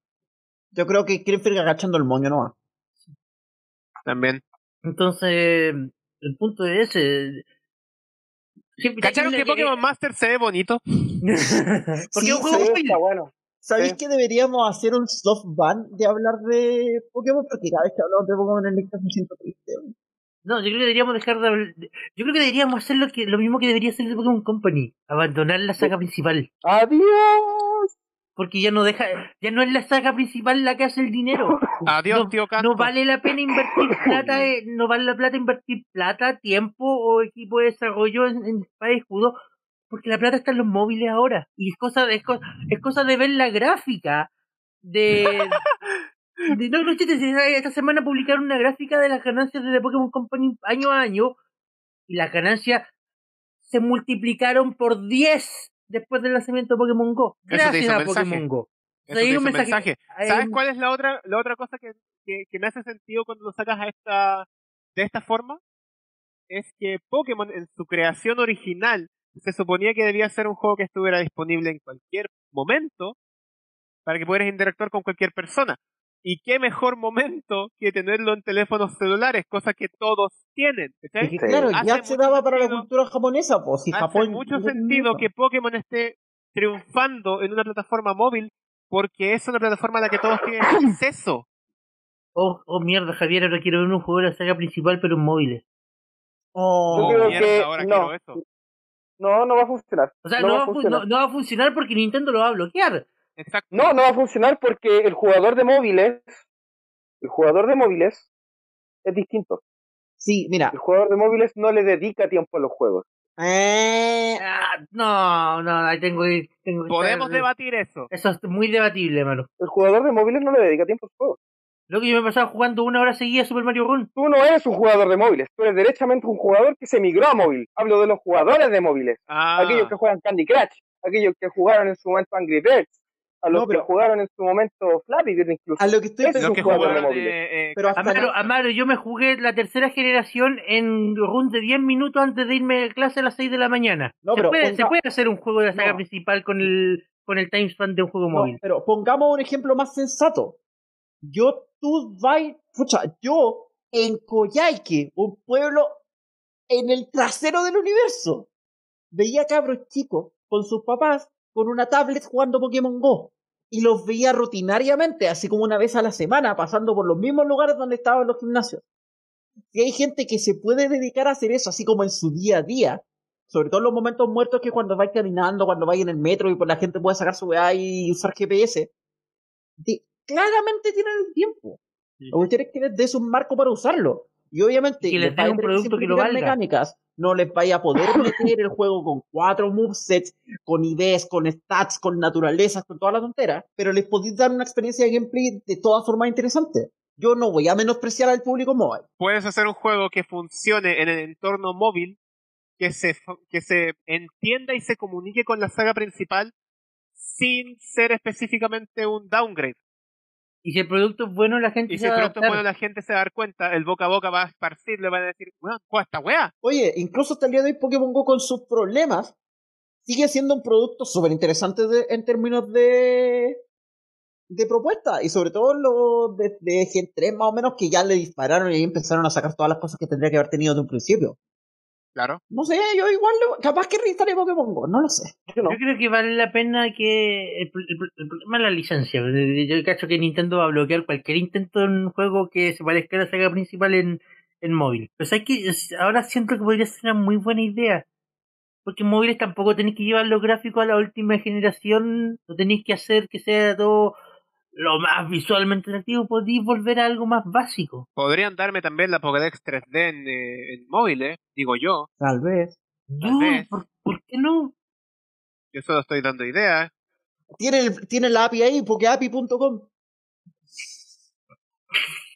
[SPEAKER 1] Yo creo que Game Freak agachando el moño nomás.
[SPEAKER 3] También.
[SPEAKER 4] Entonces, el punto es ese. Sí,
[SPEAKER 3] ¿Cacharon que
[SPEAKER 4] eh,
[SPEAKER 3] Pokémon Master se ve bonito?
[SPEAKER 4] Porque
[SPEAKER 1] Sí,
[SPEAKER 4] es un
[SPEAKER 1] sí,
[SPEAKER 4] juego
[SPEAKER 2] Sí,
[SPEAKER 4] móvil.
[SPEAKER 2] está bueno.
[SPEAKER 1] ¿Sabéis
[SPEAKER 2] Sí.
[SPEAKER 1] que deberíamos hacer un soft ban de hablar de Pokémon? Porque cada vez que hablamos de Pokémon en el Nexus me siento triste.
[SPEAKER 4] No, yo creo que deberíamos dejar de habl- Yo creo que deberíamos hacer lo, que, lo mismo que debería hacer de Pokémon Company. Abandonar la saga principal.
[SPEAKER 2] ¡Adiós!
[SPEAKER 4] Porque ya no deja, ya no es la saga principal la que hace el dinero.
[SPEAKER 3] Adiós,
[SPEAKER 4] no,
[SPEAKER 3] tío Canto.
[SPEAKER 4] no vale la pena
[SPEAKER 3] [coughs]
[SPEAKER 4] invertir plata, eh, no vale la plata invertir plata, tiempo o equipo de desarrollo en, en espada y escudo, porque la plata está en los móviles ahora. Y es cosa de, es co- es cosa, de ver la gráfica
[SPEAKER 3] [laughs]
[SPEAKER 4] de. de- no, no, chiste, si esta semana publicaron una gráfica de las ganancias de The Pokémon Company año a año, y las ganancias se multiplicaron por 10 después del lanzamiento de Pokémon Go.
[SPEAKER 3] Eso te hizo
[SPEAKER 4] Gracias a
[SPEAKER 3] mensaje.
[SPEAKER 4] Pokémon Go.
[SPEAKER 3] Eso
[SPEAKER 4] Ahí
[SPEAKER 3] te
[SPEAKER 4] hay
[SPEAKER 3] hizo mensaje.
[SPEAKER 4] ahí hay
[SPEAKER 3] ¿Sabes
[SPEAKER 4] un-
[SPEAKER 3] cuál es la otra, la otra cosa que, que, que me hace sentido cuando lo sacas a esta, de esta forma? Es que Pokémon en su creación original se suponía que debía ser un juego que estuviera disponible en cualquier momento para que pudieras interactuar con cualquier persona. Y qué mejor momento que tenerlo en teléfonos celulares, cosa que todos tienen. ¿cachai?
[SPEAKER 1] Y que,
[SPEAKER 2] Sí.
[SPEAKER 1] claro,
[SPEAKER 3] Hace
[SPEAKER 1] ya se
[SPEAKER 3] mucho
[SPEAKER 1] daba para la
[SPEAKER 3] sentido-
[SPEAKER 1] cultura japonesa, pues. Si
[SPEAKER 3] hace
[SPEAKER 1] Japón.
[SPEAKER 3] mucho sentido que Pokémon esté triunfando en una plataforma móvil porque es una plataforma a la que todos tienen acceso.
[SPEAKER 4] Oh, oh mierda, Javier, ahora quiero ver un juego de la saga principal, pero en móviles.
[SPEAKER 1] Oh,
[SPEAKER 2] Yo creo
[SPEAKER 3] mierda,
[SPEAKER 2] que
[SPEAKER 3] ahora
[SPEAKER 2] no.
[SPEAKER 3] quiero eso.
[SPEAKER 2] No, no va a funcionar.
[SPEAKER 4] O sea,
[SPEAKER 2] no,
[SPEAKER 4] no,
[SPEAKER 2] va a
[SPEAKER 4] fu-
[SPEAKER 2] funcionar.
[SPEAKER 4] no- no va a funcionar porque Nintendo lo va a bloquear.
[SPEAKER 3] Exacto.
[SPEAKER 2] No, no va a funcionar porque el jugador de móviles, el jugador de móviles es distinto.
[SPEAKER 1] Sí, mira.
[SPEAKER 2] El jugador de móviles no le dedica tiempo a los juegos.
[SPEAKER 1] Eh,
[SPEAKER 4] Ah, no, no, ahí tengo que. Tengo que
[SPEAKER 3] Podemos
[SPEAKER 4] estar-
[SPEAKER 3] debatir eso.
[SPEAKER 4] Eso es muy debatible, hermano.
[SPEAKER 2] El jugador de móviles no le dedica tiempo a los juegos.
[SPEAKER 4] Lo que yo me pasaba jugando una hora seguida a Super Mario Run.
[SPEAKER 2] Tú no eres un jugador de móviles, tú eres derechamente un jugador que se migró a móvil. Hablo de los jugadores de móviles,
[SPEAKER 3] Ah,
[SPEAKER 2] aquellos que juegan Candy Crush, aquellos que jugaron en su momento Angry Birds, a los
[SPEAKER 1] No, pero-
[SPEAKER 2] que jugaron en su momento Flappy Bird incluso.
[SPEAKER 1] a lo que estoy
[SPEAKER 2] Ese es
[SPEAKER 3] los
[SPEAKER 2] un
[SPEAKER 3] que
[SPEAKER 2] jugador de
[SPEAKER 3] jugaron
[SPEAKER 2] móviles.
[SPEAKER 3] eh, eh,
[SPEAKER 1] Pero hasta
[SPEAKER 4] Amaro, Amaro, yo me jugué la tercera generación en run de 10 minutos antes de irme a clase a las 6 de la mañana.
[SPEAKER 1] No,
[SPEAKER 4] se,
[SPEAKER 1] pero
[SPEAKER 4] puede,
[SPEAKER 1] ponga-
[SPEAKER 4] se puede hacer un juego de la saga
[SPEAKER 1] No.
[SPEAKER 4] principal con el con el time span de un juego
[SPEAKER 1] No,
[SPEAKER 4] móvil.
[SPEAKER 1] pero pongamos un ejemplo más sensato. Yo, tú vai, pucha, yo en Coyhaique, un pueblo en el trasero del universo, veía cabros chicos con sus papás con una tablet jugando Pokémon Go. Y los veía rutinariamente, así como una vez a la semana, pasando por los mismos lugares donde estaban los gimnasios. Y hay gente que se puede dedicar a hacer eso, así como en su día a día, sobre todo en los momentos muertos que cuando vais caminando, cuando vais en el metro y pues la gente puede sacar su weá y usar GPS, de- claramente tienen el tiempo.
[SPEAKER 3] Sí.
[SPEAKER 1] La cuestión es que les des un marco para usarlo. Y obviamente,
[SPEAKER 4] Y que les
[SPEAKER 1] vais
[SPEAKER 4] des
[SPEAKER 1] a
[SPEAKER 4] un
[SPEAKER 1] tener
[SPEAKER 4] producto que lo
[SPEAKER 1] simplificar
[SPEAKER 4] valga.
[SPEAKER 1] mecánicas, no les vaya a
[SPEAKER 4] [laughs]
[SPEAKER 1] poder meter el juego con cuatro movesets, con ideas, con stats, con naturalezas, con toda la tontera, pero les podéis dar una experiencia de gameplay de todas formas interesante. Yo no voy a menospreciar al público móvil.
[SPEAKER 3] puedes hacer un juego que funcione en el entorno móvil, que se, fu- que se entienda y se comunique con la saga principal sin ser específicamente un downgrade.
[SPEAKER 4] Y si el producto es bueno, la gente
[SPEAKER 3] Y
[SPEAKER 4] se
[SPEAKER 3] si
[SPEAKER 4] va a
[SPEAKER 3] pronto
[SPEAKER 4] adaptar.
[SPEAKER 3] cuando la gente se va a dar cuenta, el boca a boca va a esparcir, le van a decir, weón, ¿cuál esta weá?
[SPEAKER 1] Oye, incluso hasta el día de hoy Pokémon Go con sus problemas sigue siendo un producto súper interesante de- en términos de, de propuestas y sobre todo los de, de Gen 3 más o menos que ya le dispararon y ahí empezaron a sacar todas las cosas que tendría que haber tenido de un principio.
[SPEAKER 3] Claro.
[SPEAKER 1] No sé, yo igual, lo- capaz que reinstalé Pokémon Go, no lo sé. Yo no.
[SPEAKER 4] Yo creo que vale la pena que. El, pro- el pro- el problema es la licencia. Yo cacho que Nintendo va a bloquear cualquier intento de un juego que se parezca a la saga principal en, en móvil. Pero sabes que ahora siento que podría ser una muy buena idea. Porque en móviles tampoco tenéis que llevar los gráficos a la última generación. No tenéis que hacer que sea todo lo más visualmente atractivo. Podéis volver a algo más básico.
[SPEAKER 3] Podrían darme también la Pokédex 3D en, eh, en móviles, digo yo.
[SPEAKER 1] Tal vez.
[SPEAKER 3] Tal
[SPEAKER 4] Dude,
[SPEAKER 3] vez.
[SPEAKER 4] ¿por, por qué no?
[SPEAKER 3] Yo solo estoy dando ideas.
[SPEAKER 1] Tiene, el- tiene la API ahí, pokeapi.com.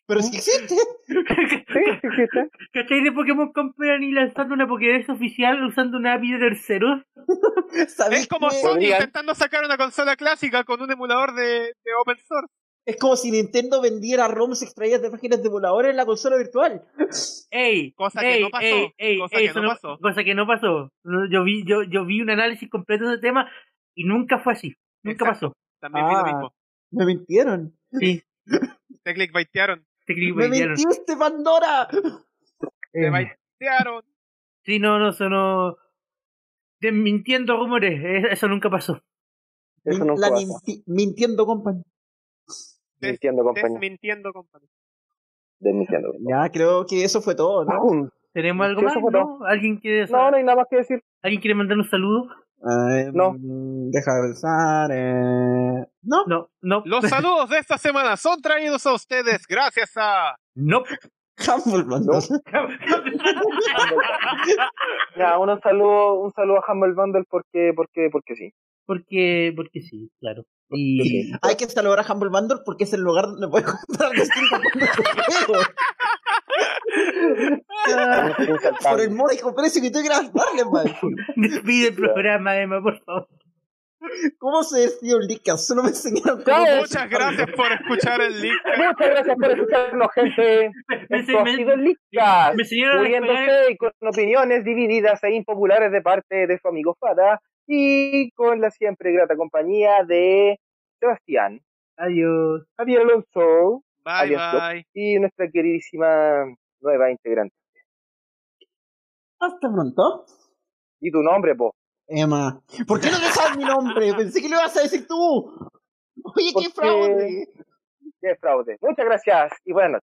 [SPEAKER 1] Pero si existe.
[SPEAKER 2] [laughs]
[SPEAKER 1] [laughs]
[SPEAKER 2] Sí, sí, sí, está.
[SPEAKER 4] ¿Cachai de Pokémon Company lanzando una Pokédex oficial usando una API de terceros?
[SPEAKER 1] ¿Sabéis
[SPEAKER 3] Es como
[SPEAKER 1] qué?
[SPEAKER 3] Sony
[SPEAKER 2] Podrían.
[SPEAKER 3] intentando sacar una consola clásica con un emulador de, de open source.
[SPEAKER 1] Es como si Nintendo vendiera ROMs extraídas de páginas de voladores en la consola virtual.
[SPEAKER 4] Ey,
[SPEAKER 3] Cosa que
[SPEAKER 4] ey,
[SPEAKER 3] no pasó,
[SPEAKER 4] ey, ey,
[SPEAKER 3] cosa
[SPEAKER 4] ey,
[SPEAKER 3] que no
[SPEAKER 4] eso
[SPEAKER 3] pasó.
[SPEAKER 4] Cosa que no pasó. No, Yo vi, yo, yo vi un análisis completo de ese tema y nunca fue así. Nunca
[SPEAKER 3] Exacto.
[SPEAKER 4] pasó.
[SPEAKER 3] También vi lo
[SPEAKER 1] Ah.
[SPEAKER 3] mismo.
[SPEAKER 1] Me mintieron.
[SPEAKER 4] Sí,
[SPEAKER 3] Te clickbaitearon.
[SPEAKER 4] te
[SPEAKER 1] Me
[SPEAKER 4] clickbaitearon.
[SPEAKER 1] mentiste, Pandora.
[SPEAKER 3] Te
[SPEAKER 4] Eh,
[SPEAKER 3] baitearon.
[SPEAKER 4] Sí, no, no, eso no. Desmintiendo rumores, eh, eso nunca pasó.
[SPEAKER 2] Eso no
[SPEAKER 1] la
[SPEAKER 2] pasa.
[SPEAKER 1] minti- Mintiendo Company.
[SPEAKER 3] Des-
[SPEAKER 2] Mintiendo, compañero.
[SPEAKER 3] Desmintiendo, compañero.
[SPEAKER 2] Desmintiendo.
[SPEAKER 1] Ya, creo que eso fue todo, ¿no?
[SPEAKER 4] ¿Tenemos algo
[SPEAKER 2] Sí,
[SPEAKER 4] más?
[SPEAKER 2] eso fue
[SPEAKER 4] ¿no? ¿Alguien quiere,
[SPEAKER 2] No, no hay nada más que decir.
[SPEAKER 4] ¿Alguien quiere mandar un saludo?
[SPEAKER 1] Eh,
[SPEAKER 2] No.
[SPEAKER 1] mm, Deja de pensar. eh, No. [laughs]
[SPEAKER 4] No, no.
[SPEAKER 3] Los saludos de esta semana son traídos a ustedes gracias a. [laughs]
[SPEAKER 4] No.
[SPEAKER 1] Humble Bundle.
[SPEAKER 2] Ya, un saludo, un saludo a Humble Bundle porque, porque, porque sí.
[SPEAKER 4] porque, porque sí, claro. Y
[SPEAKER 1] Hay que saludar a Humble Bundle porque es el lugar donde puedes comprar [laughs] distintos bandos de juegos. [laughs] Por el módico precio que tú quieras darle, [laughs] man.
[SPEAKER 3] [laughs]
[SPEAKER 4] despide el programa, Emma, por favor.
[SPEAKER 1] ¿Cómo se decía un link? Solo me enseñaron cómo
[SPEAKER 2] Ya,
[SPEAKER 1] poner-
[SPEAKER 3] Muchas gracias por escuchar el link.
[SPEAKER 2] Muchas gracias por escucharnos, gente. Esto ha sido el Leadcast.
[SPEAKER 4] Me enseñaron a despegar-
[SPEAKER 2] Muriéndose y con opiniones divididas e impopulares de parte de su amigo Fada y con la siempre grata compañía de Sebastián,
[SPEAKER 4] Adiós.
[SPEAKER 2] Javier Alonso
[SPEAKER 3] Bye,
[SPEAKER 2] Adiós.
[SPEAKER 3] bye.
[SPEAKER 2] y nuestra queridísima nueva integrante.
[SPEAKER 1] Hasta pronto.
[SPEAKER 2] ¿Y tu nombre, po?
[SPEAKER 1] Emma. ¿Por qué no dejas mi nombre? Pensé que lo ibas a decir tú. Oye, qué
[SPEAKER 2] Porque-
[SPEAKER 1] fraude.
[SPEAKER 2] Qué fraude. Muchas gracias y buenas noches.